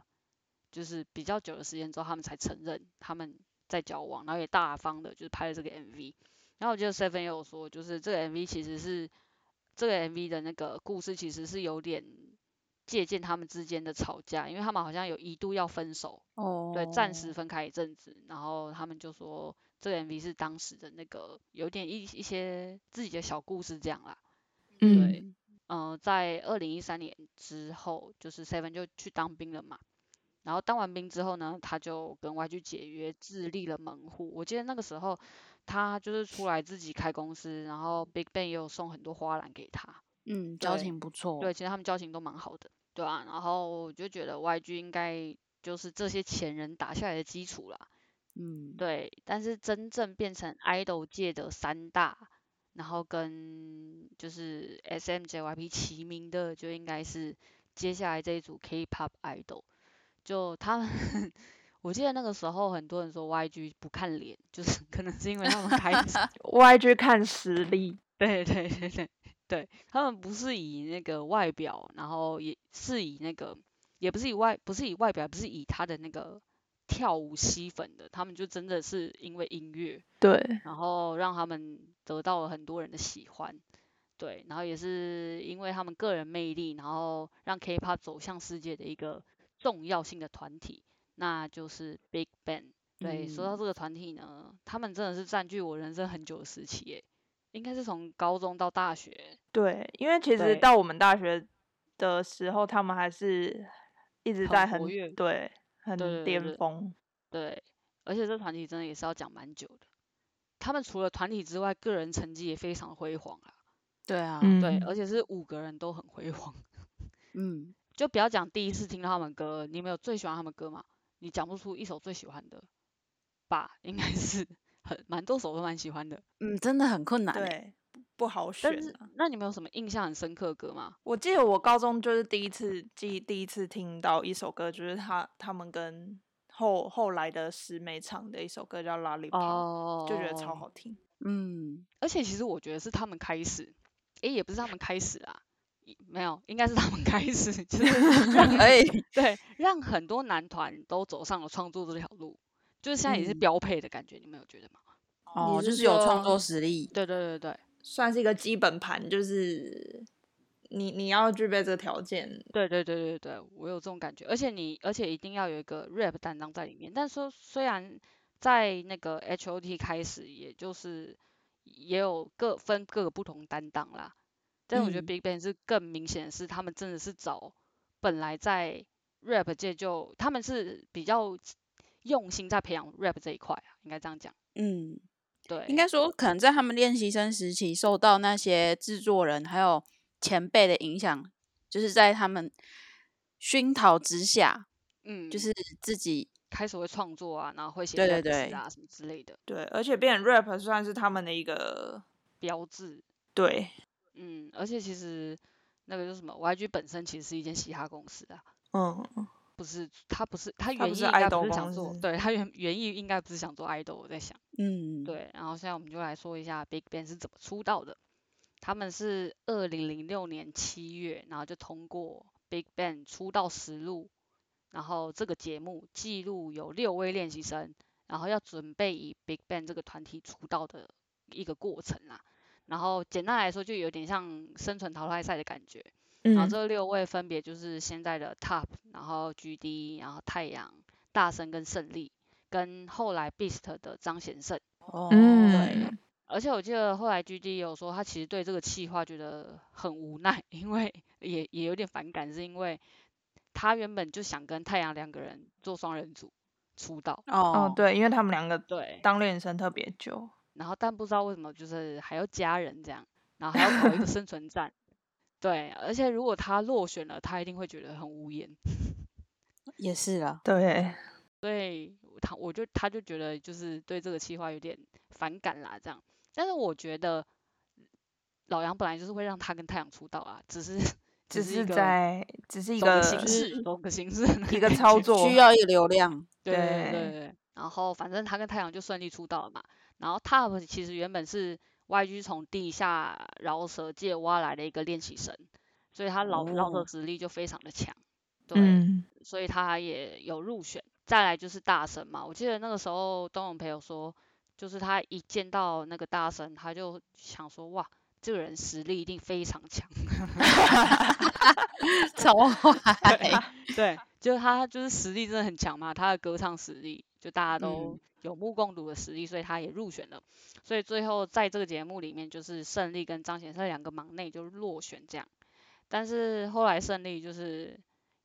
Speaker 1: 就是比较久的时间之后，他们才承认他们在交往，然后也大方的就是拍了这个 MV。然后我记得 Seven 也有说，就是这个 MV 其实是这个 MV 的那个故事其实是有点借鉴他们之间的吵架，因为他们好像有一度要分手，
Speaker 2: 哦
Speaker 1: 对，暂时分开一阵子，然后他们就说这个 MV 是当时的那个有点一一些自己的小故事这样啦。对
Speaker 2: 嗯
Speaker 1: 嗯、呃，在二零一三年之后，就是 Seven 就去当兵了嘛。然后当完兵之后呢，他就跟 YG 解约，自立了门户。我记得那个时候，他就是出来自己开公司，然后 Big Bang 也有送很多花篮给他。
Speaker 2: 嗯，交
Speaker 1: 对
Speaker 2: 情不错，
Speaker 1: 对，其实他们交情都蛮好的，对啊。然后我就觉得 YG 应该就是这些前人打下来的基础啦。
Speaker 2: 嗯，
Speaker 1: 对，但是真正变成 idol 界的三大，然后跟就是 SMJYP 齐名的，就应该是接下来这一组 K-pop idol。就他们， 我记得那个时候很多人说 YG 不看脸，就是可能是因为他们开始
Speaker 3: YG 看实力，
Speaker 1: 对对对对对，他们不是以那个外表，然后也是以那个，也不是以外，不是以外表，不是以他的那个跳舞吸粉的，他们就真的是因为音乐，
Speaker 3: 对，
Speaker 1: 然后让他们得到了很多人的喜欢，对，然后也是因为他们个人魅力，然后让 K-pop 走向世界的一个重要性的团体，那就是 Big Bang。对，说到
Speaker 2: 嗯
Speaker 1: 这个团体呢，他们真的是占据我人生很久的时期，诶，应该是从高中到大学，
Speaker 3: 对，因为其实
Speaker 1: 对
Speaker 3: 到我们大学的时候，他们还是一直
Speaker 1: 很
Speaker 3: 在
Speaker 1: 活
Speaker 3: 很
Speaker 1: 跃
Speaker 3: 对
Speaker 1: 对
Speaker 3: 很
Speaker 1: 对对
Speaker 3: 巅峰，
Speaker 1: 对，而且这团体真的也是要讲蛮久的。他们除了团体之外，个人成绩也非常辉煌啦，
Speaker 2: 对啊，
Speaker 3: 嗯，
Speaker 1: 对，而且是五个人都很辉煌。
Speaker 2: 嗯，
Speaker 1: 就不要讲第一次听到他们歌，你们有最喜欢他们歌吗？你讲不出一首最喜欢的吧？应该是很蛮多首都蛮喜欢的。
Speaker 2: 嗯，真的很困难欸。
Speaker 3: 对，不不好选
Speaker 1: 但是
Speaker 3: 啊。
Speaker 1: 那你们有什么印象很深刻的歌吗？
Speaker 3: 我记得我高中就是第一次记，第一次听到一首歌，就是他他们跟后后来的师妹唱的一首歌叫《Lollipop》，
Speaker 1: 哦
Speaker 3: 就觉得超。好听。
Speaker 2: 嗯，
Speaker 1: 而且其实我觉得是他们开始，诶，也不是他们开始啊，一没有，应该是他们开始， 就是让
Speaker 2: 哎，
Speaker 1: 对，让很多男团都走上了创作这条路，就是现在也是
Speaker 2: 嗯
Speaker 1: 标配的感觉，你们有觉得吗？
Speaker 2: 哦，
Speaker 3: 你
Speaker 2: 就是是有创
Speaker 3: 说
Speaker 2: 作实力，
Speaker 1: 对对对对
Speaker 3: 算是一个基本盘，就是你你要具备这个条件。
Speaker 1: 对对对对对，我有这种感觉，而且你而且一定要有一个 rap 担当在里面。但说虽然在那个 HOT 开始，也就是也有各分各个不同担当啦，但我觉得
Speaker 2: 嗯
Speaker 1: Big Bang 是更明显的是，他们真的是找本来在 rap 界就他们是比较用心在培养 rap 这一块啊，应该这样讲。
Speaker 2: 嗯，
Speaker 1: 对，
Speaker 2: 应该说，可能在他们练习生时期，受到那些制作人还有前辈的影响，就是在他们熏陶之下，
Speaker 1: 嗯，
Speaker 2: 就是自己
Speaker 1: 开始会创作啊，然后会写
Speaker 2: 对
Speaker 1: rap
Speaker 2: 对
Speaker 1: 词
Speaker 2: 对
Speaker 1: 啊什么之类的
Speaker 3: 对，而且变成 rap 算是他们的一个
Speaker 1: 标志。
Speaker 3: 对，
Speaker 1: 嗯，而且其实那个叫什么 YG 本身其实是一间嘻哈公司啊，
Speaker 3: 嗯，
Speaker 1: 不是他不是他
Speaker 3: 它不
Speaker 1: 原意
Speaker 3: 是
Speaker 1: 应该不
Speaker 3: idol
Speaker 1: 是想
Speaker 3: 公
Speaker 1: 做，
Speaker 3: 司
Speaker 1: 对他原原意应该不是想做 idol，我在想。
Speaker 2: 嗯，，
Speaker 1: 对，然后现在我们就来说一下 Big Bang 是怎么出道的。他们是二零零六年七月，然后就通过 Big Bang 出道实录，然后这个节目记录有六位练习生，然后要准备以 Big Bang 这个团体出道的一个过程啦。然后简单来说，就有点像生存淘汰赛的感觉。然后
Speaker 3: 嗯，
Speaker 1: 这六位分别就是现在的 Top，然后 GD，然后太阳、大神跟胜利，跟后来 Beast 的张贤胜。
Speaker 2: 哦，
Speaker 3: 嗯，
Speaker 1: 而且我记得后来 G D 有说，他其实对这个企划觉得很无奈， 因为也也有点反感，是因为他原本就想跟太阳两个人做双人组出道，
Speaker 3: 哦
Speaker 2: 哦，，
Speaker 3: 对，因为他们两个
Speaker 1: 对，
Speaker 3: 当练习生特别久，
Speaker 1: 然后但不知道为什么就是还要加人这样，然后还要搞一个生存战， 对，而且如果他落选了，他一定会觉得很无言，
Speaker 2: 也是啦，
Speaker 3: 对，
Speaker 1: 所以他我就他就觉得就是对这个企划有点反感啦，这样。但是我觉得老杨本来就是会让他跟太阳出道啊，只是
Speaker 3: 只
Speaker 1: 是一
Speaker 3: 是
Speaker 1: 个
Speaker 3: 在只是一
Speaker 1: 走个
Speaker 3: 个
Speaker 1: 形 式，走个形式的那
Speaker 3: 一
Speaker 1: 种
Speaker 3: 个
Speaker 1: 感
Speaker 3: 操
Speaker 1: 觉
Speaker 3: 作
Speaker 2: 需要一个 流量，
Speaker 1: 对对
Speaker 3: 对
Speaker 1: 对对，然后反正他跟太阳就顺利出道了嘛。然后 TOP 其实原本是 YG 从地下饶舌界挖来的一个练习生，所以他老饶舌
Speaker 2: 哦
Speaker 1: 实力就非常的强，对，
Speaker 3: 嗯
Speaker 1: 所以他也有入选。再来就是大神嘛，我记得那个时候东永培有说，就是他一见到那个大神，他就想说哇，这个人实力一定非常强。
Speaker 2: 超坏。
Speaker 1: 对，就是他就是实力真的很强嘛，他的歌唱实力就大家都
Speaker 2: 嗯
Speaker 1: 有目共睹的实力，所以他也入选了。所以最后在这个节目里面，就是胜利跟张贤胜两个忙内就落选这样。但是后来胜利就是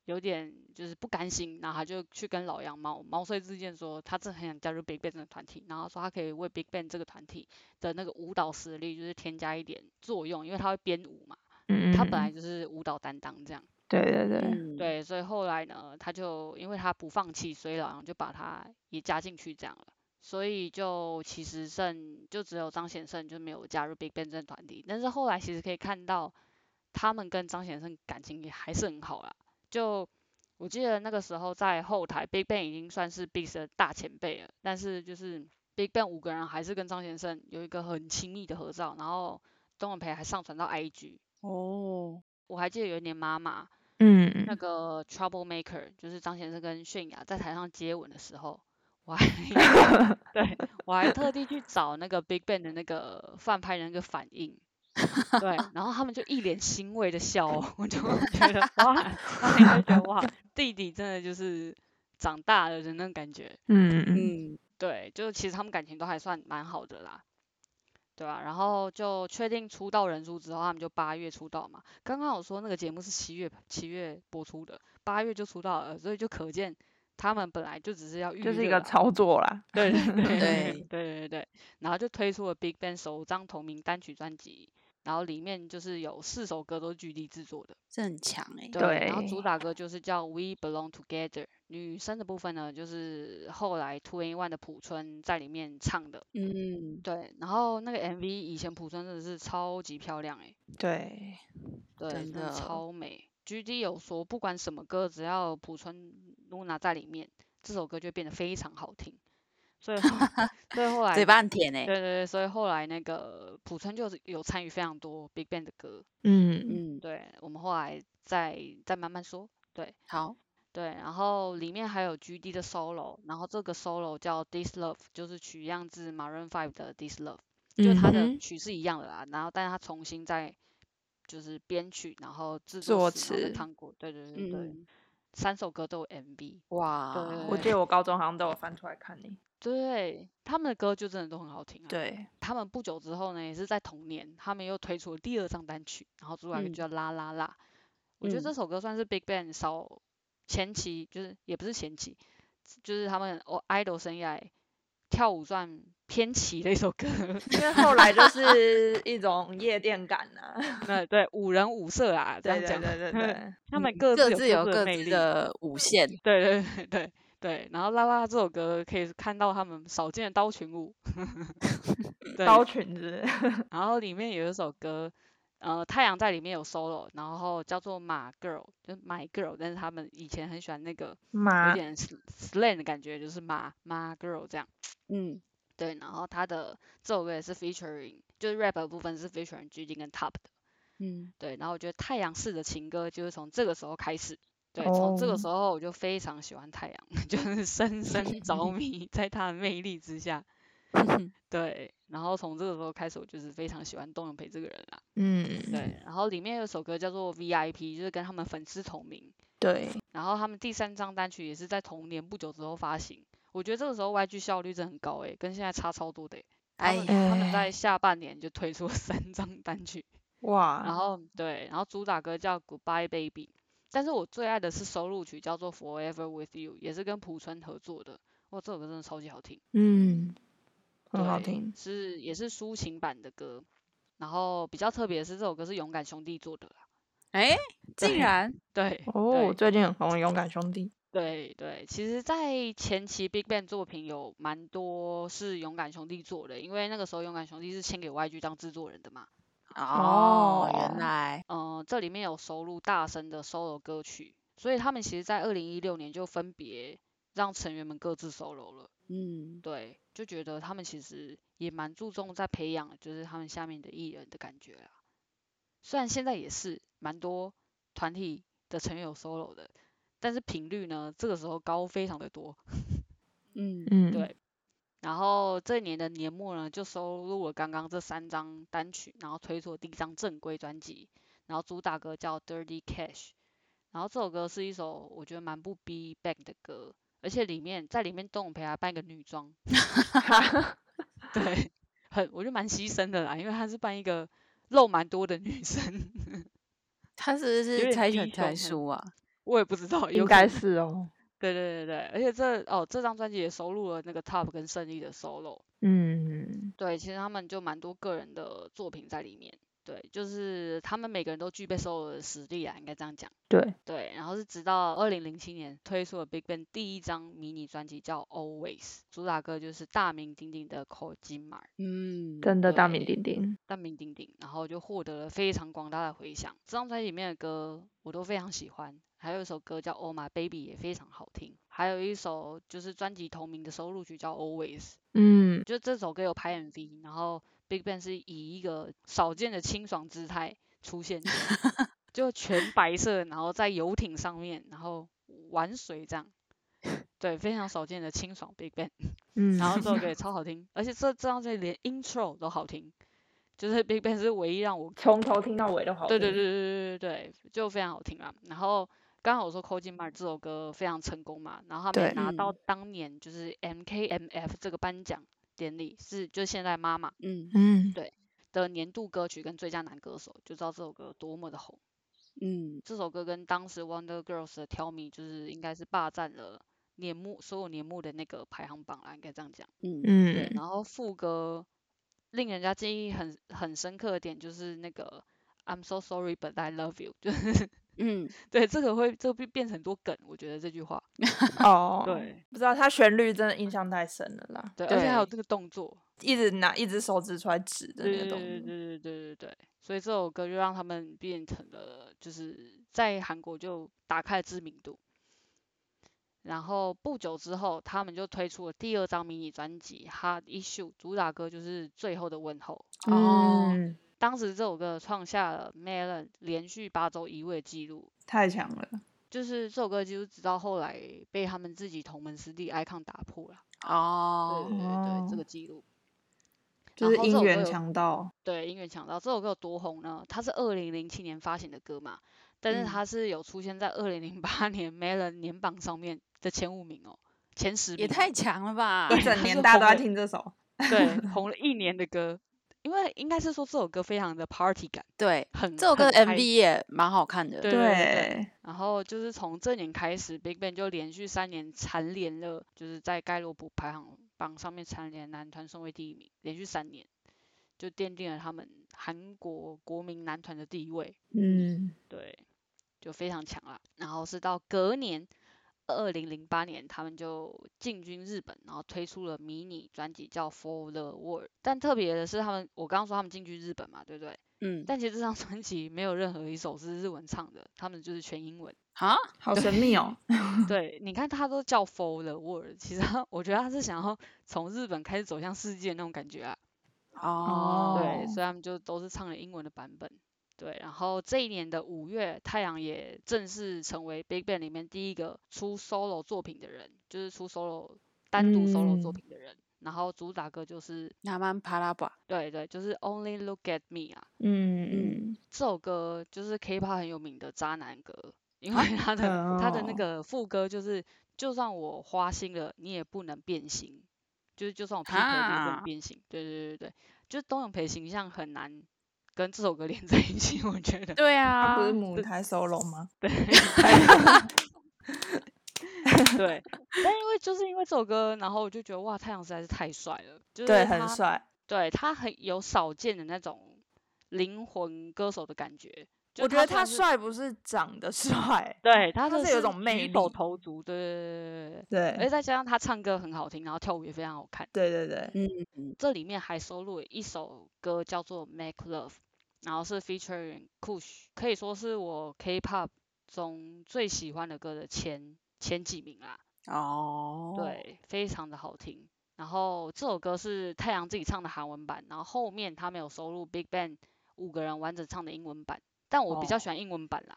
Speaker 1: 有点就是不甘心，然后他就去跟老杨毛毛遂自荐说，他真的很想加入 Big Bang 这个团体，然后说他可以为 Big Bang 这个团体的那个舞蹈实力就是添加一点作用，因为他会编舞嘛，
Speaker 3: 嗯，
Speaker 1: 他本来
Speaker 3: 嗯
Speaker 1: 就是舞蹈担当这样。
Speaker 3: 对对对，
Speaker 2: 嗯，
Speaker 1: 对，所以后来呢，他就因为他不放弃，所以老杨就把他也加进去这样了。所以就其实剩就只有张显胜就没有加入 BigBang 这个团体，但是后来其实可以看到他们跟张显胜感情也还是很好啦。就我记得那个时候在后台，BigBang 已经算是 Big 的大前辈了，但是就是 BigBang 五个人还是跟张显胜有一个很亲密的合照，然后东永培还上传到 IG。
Speaker 2: 哦，
Speaker 1: 我还记得有一年妈妈，
Speaker 3: 嗯
Speaker 1: 那个 Trouble Maker，就是张先生跟泫雅在台上接吻的时候，我还对我还特地去找那个 Big Bang 的那个饭拍的那个反应，对，然后他们就一脸欣慰的笑哦，我就觉得哇，他们就觉得哇，弟弟真的就是长大了的那种感觉，
Speaker 3: 嗯嗯
Speaker 2: 嗯，
Speaker 1: 对，就其实他们感情都还算蛮好的啦。对啊，然后就确定出道人数之后，他们就八月出道嘛。刚刚我说那个节目是七月七月播出的，八月就出道了，所以就可见他们本来就只是要预
Speaker 3: 就是一
Speaker 1: 热
Speaker 3: 个
Speaker 1: 啊
Speaker 3: 操作啦，
Speaker 1: 对对 对
Speaker 2: 对
Speaker 1: 对对对，然后就推出了 Big Bang 首张同名单曲专辑，然后里面就是有四首歌都是 GD 制作的，
Speaker 2: 这很强哎、
Speaker 1: 对，然后主
Speaker 3: 对
Speaker 1: 打歌就是叫 We Belong Together，女生的部分呢就是后来 Two in One 的朴春在里面唱的，
Speaker 2: 嗯，
Speaker 1: 对，然后那个 MV 以前朴春真的是超级漂亮诶、
Speaker 3: 对，
Speaker 1: 对，
Speaker 2: 真
Speaker 1: 的
Speaker 2: 的
Speaker 1: 超美。GD 有说，不管什么歌，只要朴春露娜在里面，这首歌就变得非常好听。所以 后，所以后来，
Speaker 2: 嘴巴很甜哎、
Speaker 1: 对对对，所以后来那个朴春就是有参与非常多 Big Bang 的歌。
Speaker 3: 嗯
Speaker 2: 嗯，
Speaker 1: 对，我们后来再再慢慢说。对
Speaker 2: 好，
Speaker 1: 对，然后里面还有 GD 的 solo，然后这个 solo 叫 This Love，就是取样自 Maroon Five 的 This Love。就它的
Speaker 3: 嗯哼
Speaker 1: 曲是一样的啦，然后但是它重新再就是编曲，然后制
Speaker 3: 作
Speaker 1: 作词，然后再
Speaker 3: 词
Speaker 1: 唱过，对对对对，
Speaker 2: 嗯，
Speaker 1: 三首歌都有 MV，
Speaker 2: 哇，
Speaker 3: 我
Speaker 1: 对
Speaker 3: 记得我高中好像都有翻出来看你，
Speaker 1: 对，他们的歌就真的都很好听啊。
Speaker 3: 对，
Speaker 1: 他们不久之后呢，也是在同年，他们又推出了第二张单曲，然后主打歌就
Speaker 2: 嗯
Speaker 1: 叫《啦啦啦》，我觉得这
Speaker 2: 嗯
Speaker 1: 首歌算是 Big Bang 少前期，就是也不是前期，就是他们哦 idol 生涯跳舞算偏奇的一首歌。
Speaker 3: 因为后来就是一种夜店感啊，
Speaker 1: 那对五人五色啊，这样
Speaker 3: 对对
Speaker 1: 讲，
Speaker 3: 对对对，
Speaker 1: 他们
Speaker 2: 嗯
Speaker 1: 各
Speaker 2: 各
Speaker 1: 自
Speaker 2: 自有
Speaker 1: 各
Speaker 2: 各
Speaker 1: 魅
Speaker 2: 自
Speaker 1: 力
Speaker 2: 的五线，
Speaker 1: 对对对对对。然后《啦啦》这首歌可以看到他们少见的刀群舞， 对。
Speaker 3: 包裙子，
Speaker 1: 然后里面有一首歌，呃，太阳在里面有 solo，然后叫做马 girl，就是 my girl，但是他们以前很喜欢那个有
Speaker 3: 妈，
Speaker 1: 点 sl- slang 的感觉，就是马马 girl 这样。
Speaker 2: 嗯，
Speaker 1: 对，然后他的这首歌也是 featuring，就是 rap 的部分是 featuring G D 跟 Top 的。
Speaker 2: 嗯，
Speaker 1: 对，然后我觉得太阳式的情歌就是从这个时候开始，对，从这个
Speaker 3: 哦
Speaker 1: 时候我就非常喜欢太阳， 就是深深着迷在他的魅力之下，对，然后从这个时候开始，我就是非常喜欢董永培这个人啦，
Speaker 3: 嗯，
Speaker 1: 对，然后里面有一首歌叫做 VIP，就是跟他们粉丝同名，
Speaker 3: 对，
Speaker 1: 然后他们第三张单曲也是在同年不久之后发行，我觉得这个时候 YG 效率真的很高诶、跟现在差超多的欸、他
Speaker 2: 哎
Speaker 1: 们
Speaker 2: 呀，
Speaker 1: 他们
Speaker 3: 哎
Speaker 1: 在下半年就推出了三张单曲，然
Speaker 3: 哇，
Speaker 1: 后对，然后主打歌叫 Goodbye Baby，但是我最爱的是收录曲叫做 Forever with You，也是跟朴春合作的。哇，这首歌真的超级好听，
Speaker 3: 嗯，很好
Speaker 1: 对
Speaker 3: 听，
Speaker 1: 是也是抒情版的歌。然后比较特别的是，这首歌是勇敢兄弟做的啦。
Speaker 2: 哎、竟
Speaker 3: 对
Speaker 2: 然，
Speaker 1: 对，
Speaker 3: 哦，
Speaker 1: 对
Speaker 3: 最近很红，《勇敢兄弟》，
Speaker 1: 对对，其实，在前期 Big Bang 作品有蛮多是勇敢兄弟做的，因为那个时候勇敢兄弟是签给 YG 当制作人的嘛。
Speaker 2: 哦，
Speaker 3: 哦
Speaker 2: 原来
Speaker 1: 嗯、呃这里面有收录大声的 solo 歌曲，所以他们其实在二零一六年就分别让成员们各自 solo 了。
Speaker 2: 嗯，
Speaker 1: 对，就觉得他们其实也蛮注重在培养，就是他们下面的艺人的感觉啦。虽然现在也是蛮多团体的成员有 solo 的，但是频率呢，这个时候高非常的多。
Speaker 2: 嗯
Speaker 3: 嗯，
Speaker 1: 对，然后这一年的年末呢，就收录了刚刚这三张单曲，然后推出了第一张正规专辑，然后主打歌叫《Dirty Cash》，然后这首歌是一首我觉得蛮不 B back 的歌，而且里面在里面邓永培还扮一个女装，对， 很我就蛮牺牲的啦，因为她是扮一个肉蛮多的女生，
Speaker 2: 他是不
Speaker 3: 有
Speaker 2: 是
Speaker 3: 点
Speaker 2: 猜
Speaker 3: 低
Speaker 2: 拳才
Speaker 3: 胸欸
Speaker 2: 输啊？
Speaker 1: 我也不知道，
Speaker 3: 应
Speaker 1: 有可
Speaker 3: 该
Speaker 1: 能
Speaker 3: 是哦，
Speaker 1: 对对对对，而且这哦这张专辑也收录了那个 Top 跟胜利的 solo。
Speaker 3: 嗯，
Speaker 1: 对，其实他们就蛮多个人的作品在里面。对，就是他们每个人都具备 solo 的实力啊，应该这样讲。
Speaker 3: 对，
Speaker 1: 对，然后是直到二零零七年推出了 Big Bang 第一张迷你专辑叫《Always》，主打歌就是大名鼎鼎的《口金马》，
Speaker 2: 嗯，
Speaker 3: 真的大名
Speaker 1: 对
Speaker 3: 鼎鼎，
Speaker 1: 大名鼎鼎，然后就获得了非常广大的回响。这张专辑里面的歌我都非常喜欢，还有一首歌叫《Oh My Baby》也非常好听，还有一首就是专辑同名的收录曲叫《Always》。
Speaker 3: 嗯
Speaker 1: 就这首歌有拍 MV，然后 Big Bang 是以一个少见的清爽姿态出现，就全白色，然后在游艇上面，然后玩水这样，对，非常少见的清爽 Big Bang，
Speaker 3: 嗯，
Speaker 1: 然后这首 歌也超好听，而且这这张这连 intro 都好听，就是 Big Bang 是唯一让我
Speaker 3: 从头听到尾都好，
Speaker 1: 对对，对对对对，就非常好听啦。然后刚好我说《Cold Mar》这首歌非常成功嘛，然后他们也
Speaker 3: 对
Speaker 1: 拿到
Speaker 2: 嗯
Speaker 1: 当年就是 MKMF 这个颁奖典礼是就现在妈妈
Speaker 2: 嗯
Speaker 3: 嗯
Speaker 1: 的年度歌曲跟最佳男歌手，就知道这首歌多么的红。
Speaker 2: 嗯
Speaker 1: 这首歌跟当时 Wonder Girls 的《Tell Me》就是应该是霸占了年末所有年末的那个排行榜啦，应该这样讲。
Speaker 2: 嗯
Speaker 1: 对，
Speaker 3: 嗯，
Speaker 1: 然后副歌令人家记忆很很深刻的点就是那个 I'm so sorry but I love you，就是。
Speaker 2: 嗯，
Speaker 1: 对，这个会这个变变成很多梗，我觉得这句话。
Speaker 3: 哦，，
Speaker 1: 对
Speaker 3: 不知道它旋律真的印象太深了啦，
Speaker 1: 对，而且还有
Speaker 2: 对
Speaker 1: 这个动作，
Speaker 3: 一直拿一只手指出来指的那
Speaker 1: 对
Speaker 3: 个
Speaker 1: 对
Speaker 3: 动
Speaker 1: 对对
Speaker 3: 作，
Speaker 1: 对对对对，所以这首歌就让他们变成了，就是在韩国就打开了知名度。然后不久之后，他们就推出了第二张迷你专辑《Hard Issue》，主打歌就是《最后的问候》。
Speaker 2: 哦
Speaker 3: 嗯，
Speaker 1: 当时这首歌创下了 Melon 连续八周一位的记录，
Speaker 3: 太强了，
Speaker 1: 就是这首歌就是直到后来被他们自己同门师弟 Icon 打破了。对对
Speaker 2: 哦，
Speaker 1: 对对，
Speaker 3: 哦
Speaker 1: 这个记录。
Speaker 3: 就
Speaker 1: 然
Speaker 3: 是
Speaker 1: 后这首
Speaker 3: 姻
Speaker 1: 歌
Speaker 3: 缘
Speaker 1: 有
Speaker 3: 强到，
Speaker 1: 对，音乐强盗这首歌有多红呢？它是二零零七年发行的歌嘛，但是
Speaker 2: 嗯
Speaker 1: 它是有出现在二零零八年 Melon 年榜上面的前五名哦，前十名
Speaker 2: 也
Speaker 1: 哦
Speaker 2: 太强了吧！
Speaker 3: 一 整
Speaker 1: 它
Speaker 3: 年
Speaker 1: 是
Speaker 3: 大家
Speaker 1: 红
Speaker 3: 都在
Speaker 1: 了
Speaker 3: 听这首，
Speaker 1: 对 红了一年的歌，因为应该是说这首歌非常的 party 感，
Speaker 2: 对，
Speaker 1: 很
Speaker 2: 这首歌的
Speaker 1: 很嗨
Speaker 2: MV 也蛮好看的。
Speaker 1: 对对对。
Speaker 3: 对，
Speaker 1: 然后就是从这年开始，Big Bang 就连续三年蝉联了，就是在盖洛普排行榜上面蝉联男团顺位第一名，连续三年，就奠定了他们韩国国民男团的地位。
Speaker 3: 嗯，
Speaker 1: 对，就非常强啦。然后是到隔年，二零零八年，他们就进军日本，然后推出了迷你专辑叫《For the World》。但特别的是，他们我刚刚说他们进军日本嘛，对不对？
Speaker 2: 嗯，
Speaker 1: 但其实这张专辑没有任何一首是日文唱的，他们就是全英文。
Speaker 2: 好，
Speaker 3: 好神秘哦，
Speaker 1: 对，你看他都叫《For the World》，其实 他我觉得他是想要从日本开始走向世界那种感觉啊。对，
Speaker 2: 哦，
Speaker 1: 所以他们就都是唱了英文的版本。对，然后这一年的五月，太阳也正式成为 Big Bang 里面第一个出 solo 作品的人，就是出 solo 单独 solo 作
Speaker 3: 嗯
Speaker 1: 品的人。然后主打歌就是，
Speaker 2: 那曼帕拉巴，
Speaker 1: 对对，就是 Only Look at Me 啊，
Speaker 3: 嗯
Speaker 1: 这首歌就是 K-pop 很有名的渣男歌，因为 他的他的那
Speaker 3: 啊哦
Speaker 1: 个副歌就是，就算我花心了，你也不能变心，就是就算我劈腿，你也不
Speaker 2: 啊
Speaker 1: 能变心。对对对对，就是董永培形象很难跟这首歌 连在一起，我觉 得。
Speaker 2: 对
Speaker 3: 他
Speaker 2: 啊
Speaker 3: 不，是母胎 solo 吗？
Speaker 1: 对， 但因为就是因为这首歌，然后我就觉得哇，太阳实在是太帅了，就是
Speaker 3: 对，很
Speaker 1: 他
Speaker 3: 帅，
Speaker 1: 对他很有少见的那种灵魂歌手的感觉。就
Speaker 3: 我觉得
Speaker 1: 他
Speaker 3: 他
Speaker 1: 算是哎
Speaker 3: 帅不是长得 帅，
Speaker 1: 对，他
Speaker 3: 他
Speaker 1: 的
Speaker 3: 是有一种魅
Speaker 1: 举手
Speaker 3: 力
Speaker 1: 投足，对对对对对，而且
Speaker 3: 对，
Speaker 1: 再加上他唱歌很好听，然后跳舞也非常好看。
Speaker 3: 对对对，
Speaker 2: 嗯，
Speaker 1: 这里面还收录了一首歌叫做《Make Love》，然后是 featuring Kush，可以说是我 K-pop 中最喜欢的歌的前前几名啦。
Speaker 2: 哦，，
Speaker 1: 对，非常的好听。然后这首歌是太阳自己唱的韩文版，然后后面他没有收录 Big Bang 五个人完整唱的英文版，但我比较喜欢英文版啦。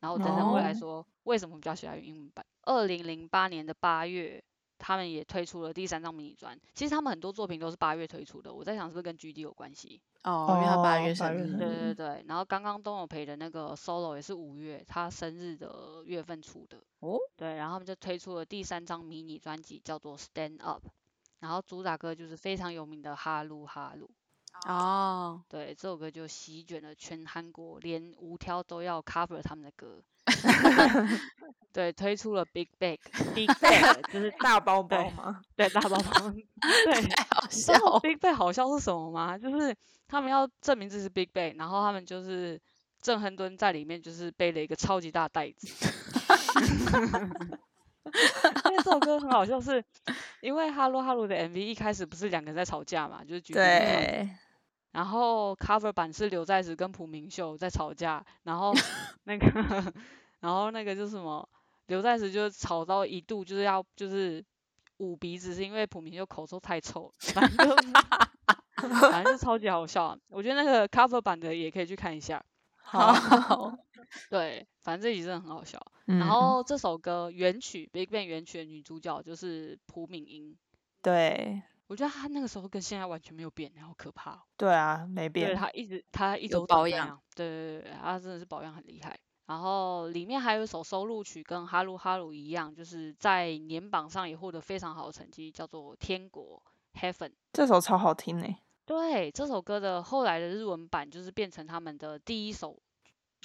Speaker 1: 然后等等会来
Speaker 2: 哦
Speaker 1: 说为什么比较喜欢英文版。二零零八年的八月，他们也推出了第三张迷你专。其实他们很多作品都是八月推出的，我在想是不是跟 GD 有关系？
Speaker 2: 哦，因为他八
Speaker 3: 哦
Speaker 2: 月
Speaker 3: 八
Speaker 2: 生
Speaker 3: 月
Speaker 2: 日
Speaker 3: 生
Speaker 1: 对
Speaker 3: 日
Speaker 1: 对
Speaker 2: 嘛，
Speaker 1: 对。然后刚刚东有培的那个 solo 也是五月他生日的月份出的。
Speaker 2: 哦，
Speaker 1: 对，然后他们就推出了第三张迷你专辑，叫做《Stand Up》，然后主打歌就是非常有名的《哈鲁哈鲁》。
Speaker 2: 哦，
Speaker 1: 对，这首歌就席卷了全韩国，连无挑都要 cover 他们的 歌。对，推出了 Big Bang Big Bang，就是
Speaker 3: 大包包
Speaker 1: 对
Speaker 3: 嘛，
Speaker 1: 对大包包。 对，
Speaker 2: 太好
Speaker 1: 你
Speaker 2: 笑
Speaker 1: 知道
Speaker 2: 了，
Speaker 1: Big Bang 好笑是什么吗？就是他们要证明自己是 Big Bang，然后他们就是郑亨敦在里面就是背了一个超级大袋子。 因为这首歌很好笑是，因为《哈喽哈喽》的 MV 一开始不是两个人在吵架嘛，就是举例来说，
Speaker 3: 对，
Speaker 1: 然后 cover 版是刘在石跟朴明秀在吵架，然后那个，然后那个就是什么，刘在石就是吵到一度就是要就是捂鼻子，是因为朴明秀口臭太臭了，反正就是反正就超级好笑啊、我觉得那个 cover 版的也可以去看一下，
Speaker 3: 好， 嗯
Speaker 1: 对，反正这集真的很好笑。
Speaker 3: 然
Speaker 1: 然后这首歌原曲 Big Bang 原曲的女主角就是朴敏英，
Speaker 3: 对
Speaker 1: 我觉得她那个时候跟现在完全没有变，好可怕、哦。
Speaker 3: 对啊，没
Speaker 1: 对，
Speaker 3: 变，
Speaker 1: 她一直她一直
Speaker 2: 有
Speaker 1: 都长
Speaker 2: 保
Speaker 1: 那
Speaker 2: 养
Speaker 1: 样，对对对，她真的是保养很厉害。然后里面还有一首收录曲跟哈鲁哈鲁一样，就是在年榜上也获得非常好的成绩，叫做《天国 Heaven》。
Speaker 3: 这首超好听欸诶，
Speaker 1: 对，这首歌的后来的日文版就是变成他们的第一首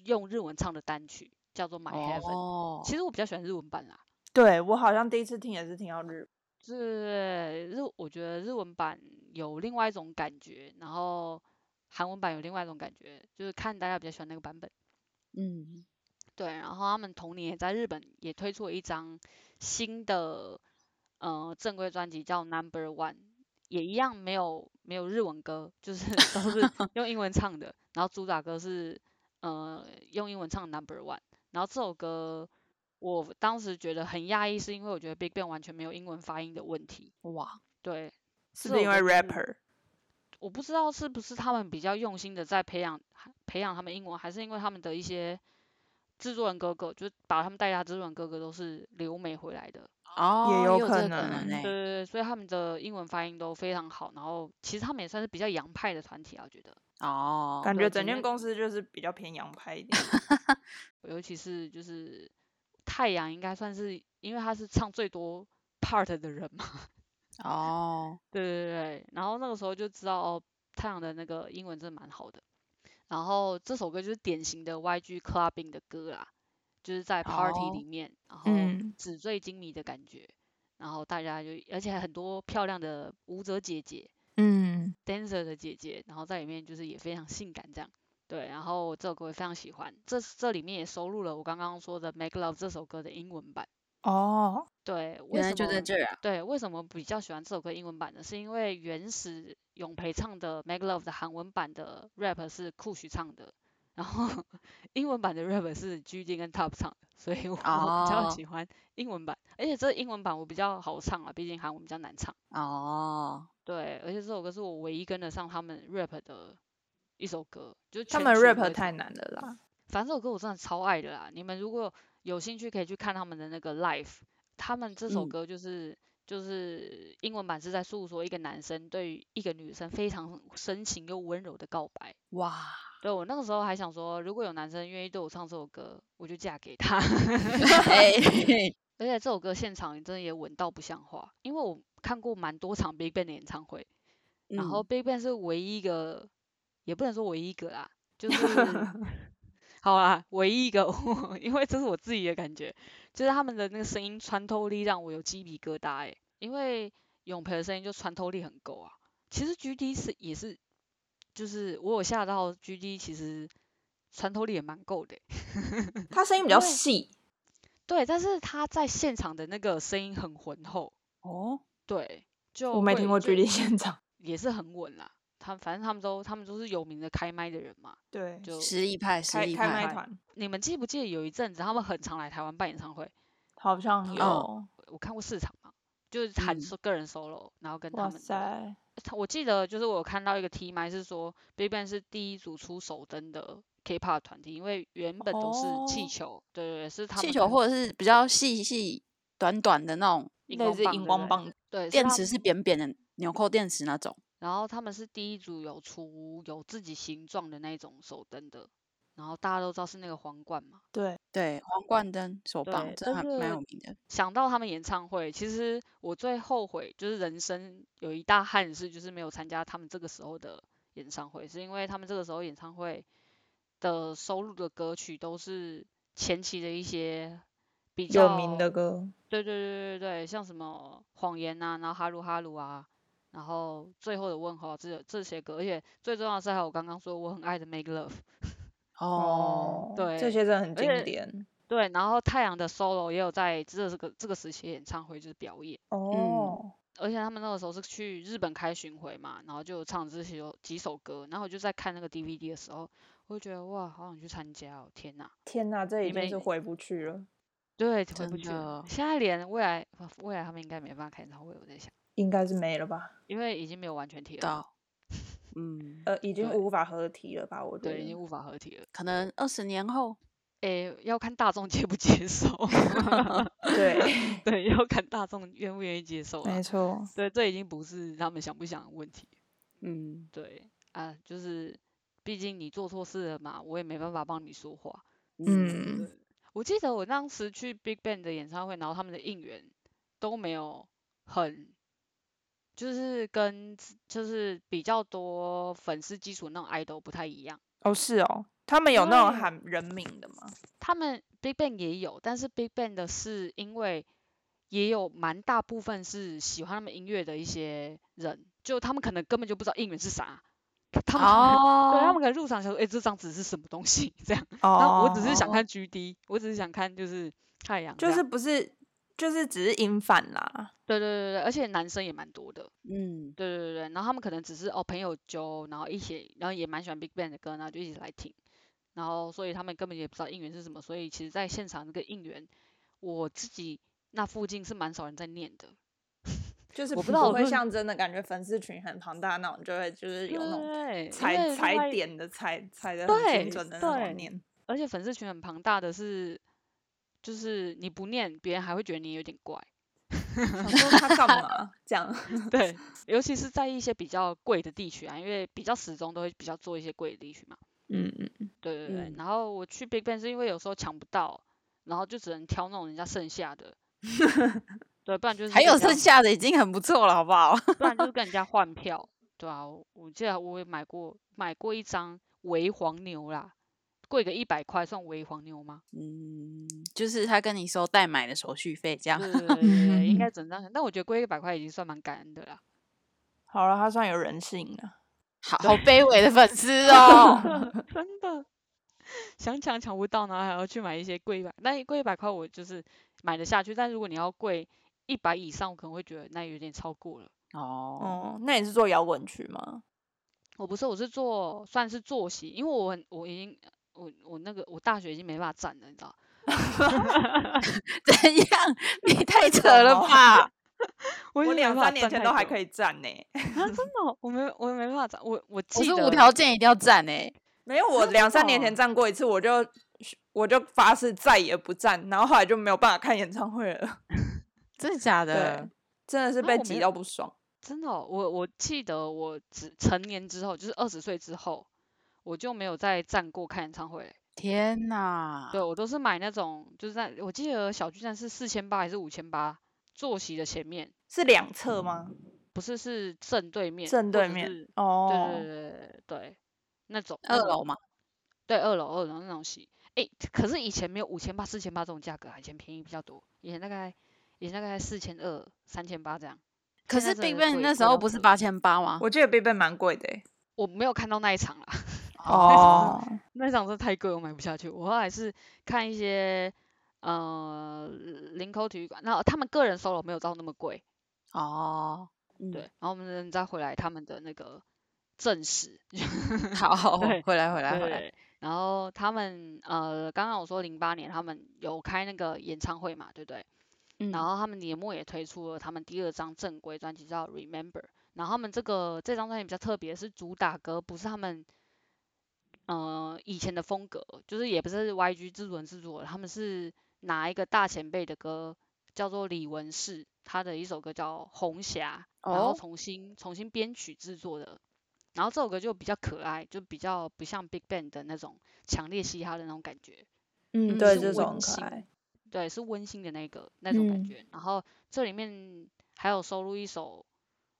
Speaker 1: 用日文唱的单曲，叫做《My Heaven》。
Speaker 2: 哦，
Speaker 1: 其实我比较喜欢日文版啦。
Speaker 3: 对我好像第一次听也是听到日，
Speaker 1: 是日，我觉得日文版有另外一种感觉，然后韩文版有另外一种感觉，就是看大家比较喜欢哪个版本。
Speaker 2: 嗯，
Speaker 1: 对，然后他们同年也在日本也推出了一张新的呃正规专辑，叫 Number One，也一样没有没有日文歌，就是 都是用英文唱的，然后主打歌是呃用英文唱 Number One，然后这首歌我当时觉得很讶异，是因为我觉得 Big Bang 完全没有英文发音的问题，
Speaker 2: 哇，
Speaker 1: 对，这
Speaker 3: 是不是
Speaker 1: 首
Speaker 3: 因
Speaker 1: 歌
Speaker 3: 为
Speaker 1: 就是
Speaker 3: rapper？
Speaker 1: 我不知道是不是他们比较用心的在培养培养他们英文，还是因为他们的一些制作人哥哥，就是把他们带大制作人哥哥都是留美回来的，
Speaker 2: 哦，
Speaker 3: 也有
Speaker 2: 有这
Speaker 3: 可
Speaker 2: 个
Speaker 3: 能
Speaker 2: 能
Speaker 1: 对
Speaker 2: 欸
Speaker 1: 对对，所以他们的英文发音都非常好。然后其实他们也算是比较洋派的团体啊，我觉得，
Speaker 2: 哦，
Speaker 3: 感
Speaker 1: 对
Speaker 3: 觉
Speaker 1: 今
Speaker 3: 整间
Speaker 1: 天
Speaker 3: 公司就是比较偏洋派一点，
Speaker 1: 尤其是就是太阳应该算是，因为他是唱最多 part 的人嘛，
Speaker 2: 哦，
Speaker 1: 对对对，然后那个时候就知道哦，太阳的那个英文真的蛮好的。然后这首歌就是典型的 YG clubbing 的歌啦，就是在 party
Speaker 2: 哦
Speaker 1: 里面，然后
Speaker 3: 嗯
Speaker 1: 纸醉金迷的感觉，然后大家就而且还很多漂亮的舞者姐姐、
Speaker 3: 嗯，
Speaker 1: dancer 的姐姐，然后在里面就是也非常性感这样。对，然后这首歌我也非常喜欢，这这里面也收录了我刚刚说的《Make Love》这首歌的英文版。
Speaker 3: 哦，
Speaker 1: 对，为
Speaker 2: 原来
Speaker 1: 什
Speaker 2: 就在
Speaker 1: 么？
Speaker 2: 这儿啊，
Speaker 1: 对，为什么比较喜欢这首歌英文版呢？是因为原始永培唱的《Make Love》的韩文版的 rap 是 Kush 唱的，然后 英文版的 rap 是 GD 跟 Top 唱的，所以我比较
Speaker 2: 哦
Speaker 1: 喜欢英文版，而且这英文版我比较好唱啊，毕竟韩文比较难唱。
Speaker 2: 哦，
Speaker 1: 对，而且这首歌是我唯一跟得上他们 rap 的一首歌，就是
Speaker 3: 他
Speaker 1: 全
Speaker 3: 们
Speaker 1: 曲我
Speaker 3: rap
Speaker 1: 也
Speaker 3: 太
Speaker 1: 唱
Speaker 3: 难了啦，
Speaker 1: 反正这首歌我真的超爱的啦，你们如果有兴趣可以去看他们的那个 live，他们这首
Speaker 2: 嗯
Speaker 1: 歌就是、就是英文版是在诉说一个男生对于一个女生非常深情又温柔的告白。
Speaker 2: 哇，
Speaker 1: 对我那个时候还想说，如果有男生愿意对我唱这首歌，我就嫁给他。
Speaker 2: 嘿嘿嘿
Speaker 1: 而且这首歌现场真的也稳到不像话，因为我看过蛮多场 BigBang 的演唱会， 然后
Speaker 2: 嗯
Speaker 1: BigBang 是唯一一个，也不能说唯一一个啦， 就是好啦，唯一一个我， 因为这是我自己的感觉，就是他们的那个声音穿透力让我有鸡皮疙瘩诶、欸因为永培的声音就穿透力很够啊。其实 GD 是也是，就是我有吓到 GD，其实穿透力也蛮够的欸、
Speaker 3: 他声音比较
Speaker 1: 因为
Speaker 3: 细，
Speaker 1: 对，但是他在现场的那个声音很浑厚，
Speaker 2: 哦，
Speaker 1: 对，就
Speaker 3: 我没
Speaker 1: 会
Speaker 3: 听过
Speaker 1: 就
Speaker 3: GD 现场，
Speaker 1: 也是很稳啦。他反正他们都他们都是有名的开麦的人嘛，
Speaker 3: 对，
Speaker 1: 就
Speaker 2: 实力派，实
Speaker 3: 开
Speaker 2: 力
Speaker 3: 开麦
Speaker 2: 派，
Speaker 3: 团
Speaker 1: 你们记不记得有一阵子他们很常来台湾办演唱会？
Speaker 3: 好像有
Speaker 2: 哦，
Speaker 1: 我看过四场嘛，就是喊
Speaker 2: 嗯
Speaker 1: 说个人 solo，然后跟他
Speaker 3: 哇
Speaker 1: 们的
Speaker 3: 塞，
Speaker 1: 他我记得就是我有看到一个 T 麦是说 BigBang 是第一组出首登的 K-pop 团体，因为原本都是气
Speaker 3: 哦
Speaker 1: 球，对对对，是他们
Speaker 2: 气
Speaker 1: 可
Speaker 2: 球
Speaker 1: 能
Speaker 2: 或者是比较细细短短的那种，
Speaker 1: 荧
Speaker 3: 类
Speaker 1: 光
Speaker 3: 似
Speaker 1: 棒
Speaker 3: 荧
Speaker 1: 对
Speaker 3: 光
Speaker 1: 不对
Speaker 3: 棒，
Speaker 1: 对是
Speaker 2: 电
Speaker 1: 他
Speaker 2: 池是扁扁的纽扣电池那种。
Speaker 1: 然后他们是第一组有出有自己形状的那种手灯的，然后大家都知道是那个皇冠嘛。
Speaker 3: 对，
Speaker 2: 对，皇冠灯、手
Speaker 3: 对
Speaker 2: 棒，这
Speaker 1: 就
Speaker 2: 还蛮
Speaker 1: 是
Speaker 2: 有名的。
Speaker 1: 想到他们演唱会，其实我最后悔就是人生有一大憾事，就是没有参加他们这个时候的演唱会，是因为他们这个时候演唱会的收录的歌曲都是前期的一些比较
Speaker 3: 有名的，歌，
Speaker 1: 对对对对对，像什么谎言呐、然后哈鲁哈鲁啊，然后最后的问候啊这这些歌，而且最重要的是还有我刚刚说我很爱的 Make Love。
Speaker 2: 哦，
Speaker 1: 对
Speaker 3: 这些真的很
Speaker 1: 而
Speaker 3: 经
Speaker 1: 且嗯
Speaker 3: 典
Speaker 1: 对，然后太阳的 solo 也有在这这个这个时期的演唱会就是表演，
Speaker 3: 哦，
Speaker 1: 而且他们那个时候是去日本开巡回嘛，然后就有唱这些有几首歌，然后我就在看那个 DVD 的时候，我就觉得哇，好想去参加哦，天呐，
Speaker 3: 天哪，这已
Speaker 1: 你
Speaker 3: 经
Speaker 1: 们
Speaker 3: 是回不去了，
Speaker 1: 对，回不
Speaker 2: 真
Speaker 1: 去了
Speaker 2: 的。
Speaker 1: 现在连未来未来他们应该没办法开演唱会，我在想，
Speaker 3: 应该是没了吧？
Speaker 1: 因为已经没有完全体了嘛，
Speaker 2: 到，嗯，
Speaker 3: 呃，已经
Speaker 1: 对
Speaker 3: 无法合体了吧？我觉
Speaker 1: 对，已经
Speaker 3: 得
Speaker 1: 无法合体了。
Speaker 2: 可能二十年后，
Speaker 1: 诶，要看大众接不接 受，
Speaker 3: 对，
Speaker 1: 对，要看大众愿不愿意接受啊。
Speaker 3: 错，
Speaker 1: 对，这已经不是他们想不想的问题。
Speaker 2: 嗯，
Speaker 1: 对啊，就是毕竟你做错事了嘛，我也没办法帮你说话。
Speaker 3: 嗯，
Speaker 1: 我记得我当时去 Big Bang 的演唱会，然后他们的应援都没有很，就是跟自就是比较多粉丝基础那种 idol 不太一样。
Speaker 3: 哦是哦，他们有那种
Speaker 1: 对
Speaker 3: 喊人名的吗？
Speaker 1: 他们 Big Bang 也有，但是 Big Bang 的是因为也有蛮大部分是喜欢他们音乐的一些人，就他们可能根本就不知道应援是啥，他们可能 对他
Speaker 2: 哦
Speaker 1: 们，可能入场想说，哎、这张纸是什么东西？ 这样，然
Speaker 3: 哦
Speaker 1: 后，我只是想看 GD，我只是想看就是太阳这
Speaker 3: 就
Speaker 1: 样，
Speaker 3: 是不是就是只是音反啦，
Speaker 1: 对对对对，而且男生也蛮多的，
Speaker 2: 嗯，
Speaker 1: 对对对对，然后他们可能只是哦朋友揪，然后一起，然后也蛮喜欢 Big Bang 的歌，然后就一起来听，然后所以他们根本也不知道应援是什么，所以其实在现场那个应援，我自己那附近是蛮少人在念的，
Speaker 3: 就是
Speaker 1: 我不知道我
Speaker 3: 会
Speaker 1: 论
Speaker 3: 像真的感觉粉丝群很庞大那种，就会就是有那种
Speaker 1: 对，因
Speaker 3: 踩
Speaker 1: 为
Speaker 3: 踩
Speaker 1: 另外
Speaker 3: 点的踩踩的很精
Speaker 1: 对
Speaker 3: 准的那
Speaker 1: 对
Speaker 3: 种念，
Speaker 1: 而且粉丝群很庞大的是，就是你不念，别人还会觉得你有点怪。
Speaker 3: 想说他干嘛 这样？
Speaker 1: 对，尤其是在一些比较贵的地区啊，因为比较始终都会比较做一些贵的地区嘛。
Speaker 3: 嗯嗯，
Speaker 1: 对对对。
Speaker 2: 嗯
Speaker 1: 然后我去 Big Bang 是因为有时候抢不到，然后就只能挑那种人家剩下 的。对，不然就是
Speaker 2: 还
Speaker 1: 跟
Speaker 2: 有
Speaker 1: 人家
Speaker 2: 剩下的已经很不错了，好不好？
Speaker 1: 不然就是跟人家换票。对啊，我我记得我也买过买过一张微黄牛啦，贵个一百块算微黄牛吗？
Speaker 2: 嗯，就是他跟你收代买的手续费这样
Speaker 1: 对。对对对对，
Speaker 2: 啊
Speaker 1: 应该整张。但我觉得贵一百块已经算蛮感恩的啦。
Speaker 3: 好了，他算有人性了。
Speaker 2: 好好卑微的粉丝哦。
Speaker 1: 真的想抢抢不到，然后还要去买一些贵一百，那贵一百块我就是买得下去，但如果你要贵一百以上，我可能会觉得那有点超过了。
Speaker 2: 哦，
Speaker 3: 哦，那你是做摇滚区吗？
Speaker 1: 我不是，我是做算是作息，因为我很我已经我我那个我大学已经没办法站了，你知道，
Speaker 2: 怎样？你太扯
Speaker 3: 什
Speaker 2: 了
Speaker 3: 么
Speaker 2: 吧！
Speaker 1: 我已
Speaker 3: 我
Speaker 1: 经没
Speaker 3: 两
Speaker 1: 办法
Speaker 3: 三年
Speaker 1: 站
Speaker 3: 前
Speaker 1: 太
Speaker 3: 都还
Speaker 1: 久
Speaker 3: 可以站呢、
Speaker 1: 了啊，真的哦，我没我没办法站，我我
Speaker 2: 我
Speaker 1: 记
Speaker 2: 是
Speaker 1: 得
Speaker 2: 无条件一定要站哎、
Speaker 3: 没有，我
Speaker 1: 真
Speaker 3: 两三
Speaker 1: 的
Speaker 3: 年前
Speaker 1: 哦
Speaker 3: 站过一次，我就我就发誓再也不站，然后后来就没有办法看演唱会了。
Speaker 2: 真的假
Speaker 3: 对
Speaker 2: 的？，
Speaker 3: 真的是
Speaker 1: 啊
Speaker 3: 被
Speaker 1: 我没
Speaker 3: 挤
Speaker 1: 有
Speaker 3: 到不爽。
Speaker 1: 真的哦、我我记得我只成年之后，就是二十岁之后，我就没有再站过看演唱会了。
Speaker 2: 天哪！
Speaker 1: 对，我都是买那种，就是在我记得小巨蛋是四千八还是五千八，坐席的前面，
Speaker 3: 是两侧吗？
Speaker 1: 不是是正对面，
Speaker 3: 正
Speaker 1: 或
Speaker 3: 对
Speaker 1: 者
Speaker 3: 面
Speaker 1: 是对对
Speaker 3: 哦，
Speaker 1: 对对对，那种那
Speaker 2: 二
Speaker 1: 种
Speaker 2: 楼嘛，
Speaker 1: 对二楼二楼那种席，诶，可是以前没有五千八四千八这种价格啊，以前便宜比较多，以前大概以前大概四千二三千八这样。
Speaker 2: 可
Speaker 1: 现在
Speaker 2: 是
Speaker 1: 真的
Speaker 2: Big Bang
Speaker 1: 贵
Speaker 2: 那
Speaker 1: 贵
Speaker 2: 时候
Speaker 1: 到
Speaker 2: 不是
Speaker 1: 折
Speaker 2: 八千八吗？
Speaker 3: 我记得 BigBang 蛮贵的欸、
Speaker 1: 我没有看到那一场啦，
Speaker 3: 哦，
Speaker 1: 那一场真的太贵，我买不下去。我后来是看一些呃林口体育馆，那他们个人 solo 没有到那么贵。
Speaker 2: 哦，嗯
Speaker 1: 对，然后我们再回来他们的那个证实。
Speaker 2: 好，
Speaker 1: 对
Speaker 2: 回来回来回来，
Speaker 1: 对，然后他们呃，刚刚我说零八年他们有开那个演唱会嘛，对不对？
Speaker 2: 嗯，
Speaker 1: 然后他们年末也推出了他们第二张正规专辑叫《Remember》，然后他们这个这张专辑比较特别，是主打歌不是他们呃以前的风格，就是也不是 YG 自主人自主的，他们是拿一个大前辈的歌，叫做李文世，他的一首歌叫《红霞》，然后
Speaker 2: 哦
Speaker 1: 重新重新编曲制作的。然后这首歌就比较可爱，就比较不像 Big Bang 的那种强烈嘻哈的那种感觉，
Speaker 3: 嗯，
Speaker 2: 嗯
Speaker 3: 对，
Speaker 2: 是
Speaker 3: 这种
Speaker 1: 温
Speaker 3: 很可
Speaker 1: 馨
Speaker 3: 爱。
Speaker 1: 对，是温馨的那个那种感
Speaker 3: 嗯
Speaker 1: 觉。然后这里面还有收录一首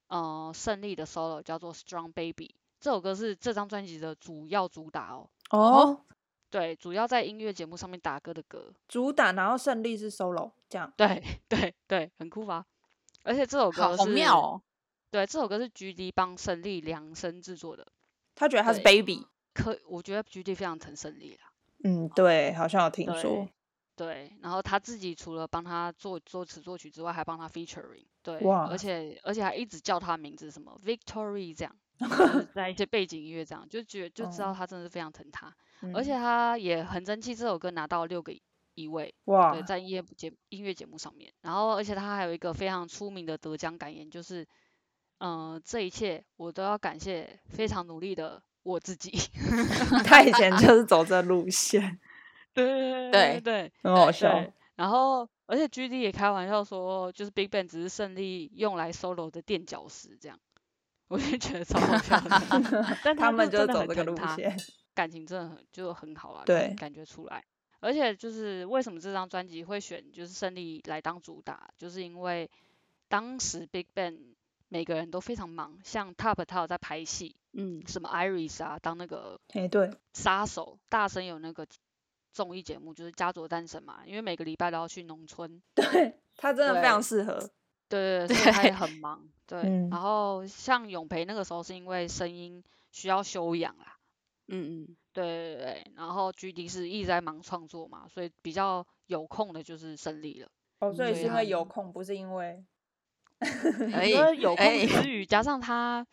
Speaker 1: 呃胜利的 solo，叫做《Strong Baby》，这首歌是这张专辑的主要主打哦。
Speaker 3: 哦，
Speaker 1: 对，主要在音乐节目上面打歌的歌。
Speaker 3: 主打然后胜利是 solo 这样。
Speaker 1: 对对对，很酷吧？而且这首歌
Speaker 2: 好
Speaker 1: 是
Speaker 2: 好妙哦，
Speaker 1: 对，这首歌是 GD 帮胜利量身制作的，
Speaker 3: 他觉得他是
Speaker 1: 对
Speaker 3: baby。
Speaker 1: 可我觉得 GD 非常疼胜利啦。
Speaker 3: 嗯，对，好像有听说
Speaker 1: 对。对，然后他自己除了帮他做作词作曲之外，还帮他 featuring，对，
Speaker 3: 哇
Speaker 1: 而且而且还一直叫他名字什么 Victory 这样，就是在一些背景音乐这样，就觉就知道
Speaker 3: 哦
Speaker 1: 他真的是非常疼他，
Speaker 3: 嗯
Speaker 1: 而且他也很争气，这首歌拿到六个一位，
Speaker 3: 哇
Speaker 1: 对，，在音乐节音乐节目上面，然后而且他还有一个非常出名的得奖感言，就是，嗯、这一切我都要感谢非常努力的我自己。
Speaker 3: 他以前就是走这路线，
Speaker 1: 对
Speaker 2: 对
Speaker 1: 对，
Speaker 3: 很 好笑
Speaker 1: 对。，然后而且 G D 也开玩笑说，就是 Big Bang 只是胜利用来 solo 的垫脚石这样， 我就觉得超好笑 的。但
Speaker 3: 他们
Speaker 1: 就
Speaker 3: 就
Speaker 1: 真
Speaker 3: 是
Speaker 1: 的
Speaker 3: 走
Speaker 1: 很
Speaker 3: 这
Speaker 1: 疼
Speaker 3: 个路
Speaker 1: 他，
Speaker 3: 线。
Speaker 1: 感情真的很就很好啊，
Speaker 3: 对
Speaker 1: 感觉出来。而且就是为什么这张专辑会选就是胜利来当主打，就是因为当时 Big Bang 每个人都非常忙，像 Top 他有在拍戏，
Speaker 2: 嗯，
Speaker 1: 什么 Iris 啊当那个
Speaker 3: 哎，对，
Speaker 1: 杀手大神有那个综艺节目，就是《家族诞生》嘛，因为每个礼拜都要去农村，
Speaker 3: 对他真的非
Speaker 1: 对
Speaker 3: 常适合。
Speaker 1: 对对对，所以他也
Speaker 2: 对
Speaker 1: 很 忙，对。
Speaker 3: 嗯
Speaker 1: 然后像永培那个时候是因为声音需要修养啊啦，
Speaker 2: 嗯嗯，
Speaker 1: 对对对，然后 G D 是一直在忙创作嘛，所以比较有空的就是胜利了，
Speaker 3: 哦，所以
Speaker 1: 对
Speaker 3: 是因为
Speaker 1: 他
Speaker 3: 有空，不是因为
Speaker 2: 可以
Speaker 1: 因为嗯有
Speaker 2: 哎
Speaker 1: 空 之余加上他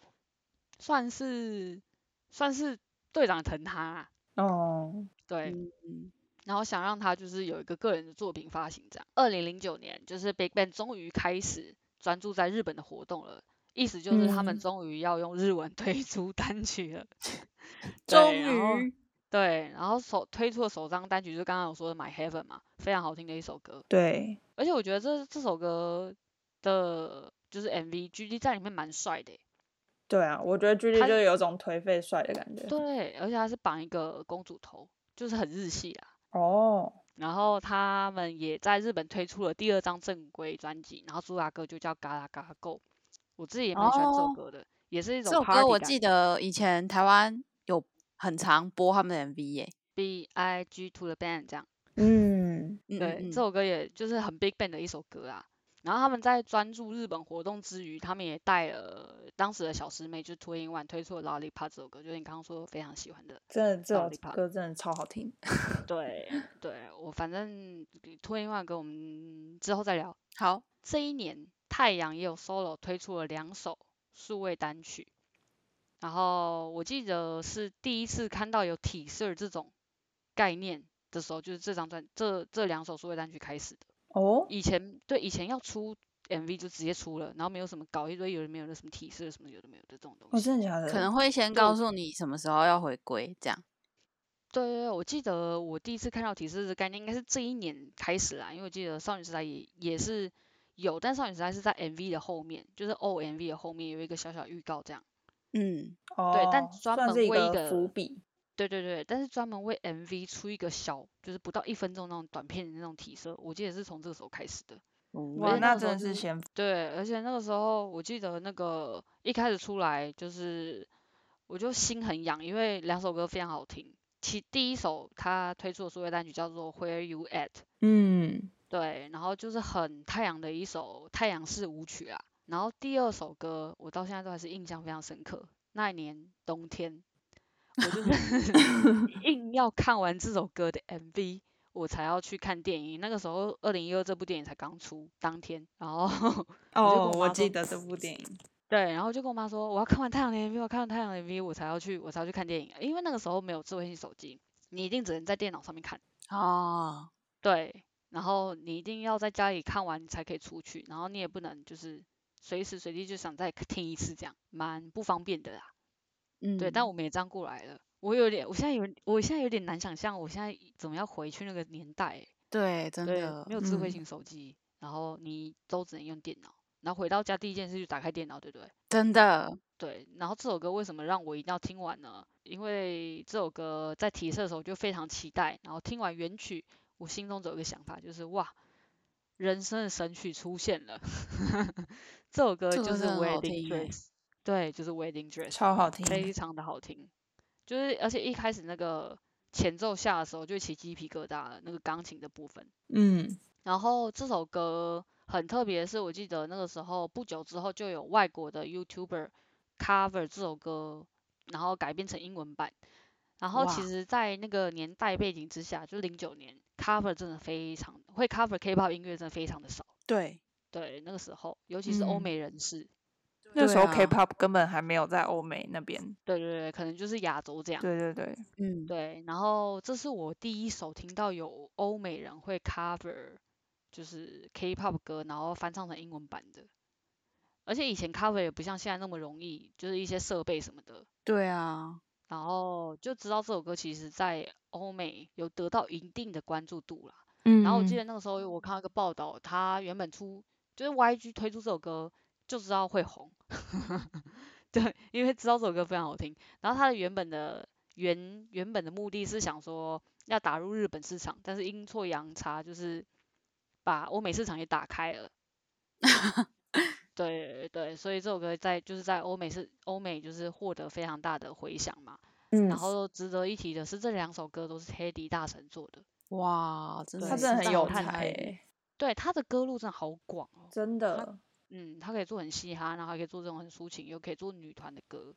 Speaker 1: 算是算是队长疼他啊、
Speaker 3: 哦，
Speaker 1: 对，
Speaker 2: 嗯嗯
Speaker 1: 然后想让他就是有一个个人的作品发行这样。二零零九年，就是 Big Bang 终于开始专注在日本的活动了，意思就是他们
Speaker 3: 嗯
Speaker 1: 终于要用日文 推出单曲了。
Speaker 2: 终
Speaker 1: 对然后
Speaker 2: 于
Speaker 1: 对，然后首推出的首张单曲就是刚刚有说的《My Heaven》嘛，非常好听的一首歌。
Speaker 3: 对，
Speaker 1: 而且我觉得这这首歌的就是 MV G D 在里面蛮帅的欸、
Speaker 3: 对啊，我觉得 G D
Speaker 1: 他
Speaker 3: 就有种颓废帅的
Speaker 2: 啊
Speaker 3: 感觉。
Speaker 1: 欸对，而且他是绑一个公主头，就是很日系啦。
Speaker 3: 哦，
Speaker 1: 然后他们也在日本推出了第二张正规专辑，然后主打歌就叫《嘎啦嘎啦 Go》，我自己也蛮喜欢这首
Speaker 2: 哦
Speaker 1: 歌的，也是一
Speaker 2: 这
Speaker 1: 种
Speaker 2: 首
Speaker 1: party
Speaker 2: 歌我
Speaker 1: 感
Speaker 2: 记得以前台湾有很常播他们的 MV 耶，
Speaker 1: B I G to the band 这样，
Speaker 3: 嗯，
Speaker 1: 对，
Speaker 2: 嗯嗯
Speaker 1: 这
Speaker 2: 嗯
Speaker 1: 首歌也就是很 Big Bang 的一首歌啊。然后他们在专注日本活动之余，他们也带了当时的小师妹，就是 t w i n One 推出了《Lollipop》这首歌，就是你刚刚说非常喜欢的。
Speaker 3: 真的这
Speaker 1: 道
Speaker 3: 首
Speaker 1: 理吧
Speaker 3: 歌真的超好听。
Speaker 1: 对，对我反正 t w i n One 歌我们之后再聊。
Speaker 2: 好，
Speaker 1: 这一年，太阳也有 solo 推出了两首数位单曲，然后我记得是第一次看到有体色这种概念的时候，就是这张专这这两首数位单曲开始的。
Speaker 3: 哦，
Speaker 1: 以前对以前要出 MV 就直接出了，然后没有什么搞一堆有的没有的什么体色什么有的没有的这种东
Speaker 3: 哦，
Speaker 1: 西。
Speaker 3: 真的假的？
Speaker 2: 可能会先
Speaker 1: 呃就
Speaker 2: 告诉你什么时候要回归，这样，
Speaker 1: 对对对，我记得我第一次看到体色的概念应该是这一年开始啦，因为我记得少女时代也也是有，但少女时代是在 MV 的后面，就是 OMV 的后面有一个小小预告这样。
Speaker 2: 嗯，
Speaker 3: 哦，
Speaker 1: 但专
Speaker 3: 算
Speaker 1: 门
Speaker 3: 是一
Speaker 1: 为一
Speaker 3: 个伏
Speaker 1: 个
Speaker 3: 笔。
Speaker 1: 对对对，但是专门为 MV 出一个小，就是不到一分钟那种短片的那种体色，我记得是从这个时候开始的。
Speaker 3: 哇，
Speaker 1: 而且
Speaker 2: 哇，
Speaker 1: 那
Speaker 3: 那
Speaker 1: 个时候
Speaker 3: 真的是
Speaker 1: 就是
Speaker 3: 先
Speaker 1: 对，而且那个时候我记得那个一开始出来就是，我就心很痒，因为两首歌非常好听。其第一首他推出的所有单曲叫做《Where You At》，
Speaker 3: 嗯，
Speaker 1: 对，然后就是很太阳的一首太阳式舞曲啊。然后第二首歌我到现在都还是印象非常深刻，那一年冬天，我就是 硬要看完这首歌的 MV，我才要去看电影。那个时候二零一二这部电影才刚出，当天，然后我就跟
Speaker 3: 哦，
Speaker 1: 我
Speaker 3: 我
Speaker 1: 妈说
Speaker 3: 记得这部电影。
Speaker 1: 对，然后就跟我妈说，我要看完太阳的 MV，我看完太阳的 MV，我才要去，我才要去看电影，因为那个时候没有智慧型手机，你一定只能在电脑上面看。
Speaker 2: 哦，
Speaker 1: 对，然后你一定要在家里看完，你才可以出去，然后你也不能就是随时随地就想再听一次，这样蛮不方便的啦。
Speaker 2: 嗯，
Speaker 1: 对，但我们也这样过来了，我有点，我现在有，我现在有点难想象，我现在怎么样回去那个年代欸、
Speaker 2: 对，真
Speaker 1: 对
Speaker 2: 的，
Speaker 1: 没有智慧
Speaker 2: 嗯
Speaker 1: 型手机，然后你都只能用电脑，然后回到家第一件事就打开电脑，对不对？
Speaker 2: 嗯真的，
Speaker 1: 对，然后这首歌为什么让我一定要听完呢？因为这首歌在提示的时候就非常期待，然后听完原曲，我心中只有一个想法，就是哇，人生的神曲出现了。 这首歌
Speaker 2: 这首
Speaker 1: 就
Speaker 2: 歌
Speaker 1: 是
Speaker 2: 真的很好
Speaker 1: Wedding
Speaker 2: 听欸
Speaker 1: Dress，对，就是 Wedding Dress，
Speaker 3: 超好听
Speaker 1: 非常的好听。就是而且一开始那个前奏下的时候就起鸡皮疙瘩了，那个钢琴的部分。
Speaker 3: 嗯，
Speaker 1: 然后这首歌很特别，是我记得那个时候不久之后就有外国的 YouTuber cover 这首歌，然后改编成英文版。然后其
Speaker 2: 哇
Speaker 1: 实，在那个年代背景之下，就是零九年，cover 真的非常会 cover K-pop 音乐真的非常的少。
Speaker 2: 对，
Speaker 1: 对，那个时候，尤其是欧
Speaker 3: 嗯
Speaker 1: 美人士，
Speaker 3: 那时候
Speaker 2: 对啊
Speaker 3: K-pop 根本还没有在欧美那边。
Speaker 1: 对对对，可能就是亚洲这样。
Speaker 3: 对对对，
Speaker 2: 嗯，
Speaker 1: 对，然后这是我第一首听到有欧美人会 cover 就是 K-pop 歌，然后翻唱成英文版的。而且以前 cover 也不像现在那么容易，就是一些设备什么的。
Speaker 2: 对啊，
Speaker 1: 然后就知道这首歌其实在欧美有得到一定的关注度啦。
Speaker 3: 嗯
Speaker 1: 然后我记得那个时候我看到一个报道，他原本出就是 YG 推出这首歌就知道会红， 对，因为知道这首歌非常好听。然后他的原本的原原本的目的是想说要打入日本市场，但是阴错阳差就是把欧美市场也打开了。对对，所以这首歌在就是在欧美是欧美就是获得非常大的回响嘛。
Speaker 3: 嗯
Speaker 1: 然后值得一提的是，这两首歌都是 Teddy 大神做的。
Speaker 2: 哇，真的
Speaker 1: 对
Speaker 3: 他
Speaker 2: 是
Speaker 3: 真的很
Speaker 2: 大
Speaker 3: 有
Speaker 2: 人
Speaker 1: 探
Speaker 3: 才
Speaker 1: 他一
Speaker 3: 欸，
Speaker 1: 对，他的歌路真的好广哦。
Speaker 3: 真的，
Speaker 1: 嗯，他可以做很嘻哈，然后还可以做这种很抒情，又可以做女团的歌。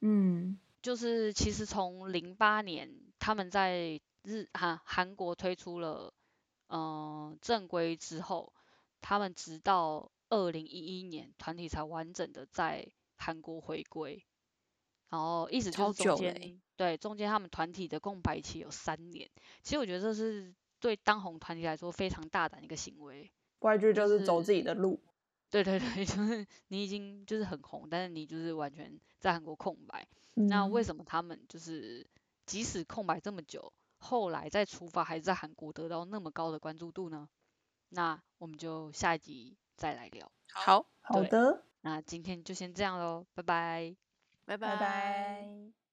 Speaker 3: 嗯，
Speaker 1: 就是其实从零八年他们在日韩韩国推出了嗯、呃正规之后，他们直到二零一一年团体才完整的在韩国回归，然后意思就
Speaker 2: 超
Speaker 1: 是中
Speaker 2: 久嘞
Speaker 1: 间、对中间他们团体的空白期有三年，其实我觉得这是对当红团体来说非常大胆的一个行为。
Speaker 3: YG
Speaker 1: 就
Speaker 3: 就是走
Speaker 1: 是
Speaker 3: 自己的路，
Speaker 1: 对对对，就是你已经就是很红，但是你就是完全在韩国空白。那为
Speaker 3: 么？
Speaker 1: 什么他们就是即使空白这么久，后来再出发还是在韩国得到那么高的关注度呢？那我们就下一集再来聊。
Speaker 2: 好，
Speaker 3: 好
Speaker 1: 对
Speaker 3: 的，
Speaker 1: 那今天就先这样喽，拜拜。
Speaker 2: 拜拜
Speaker 3: 拜拜。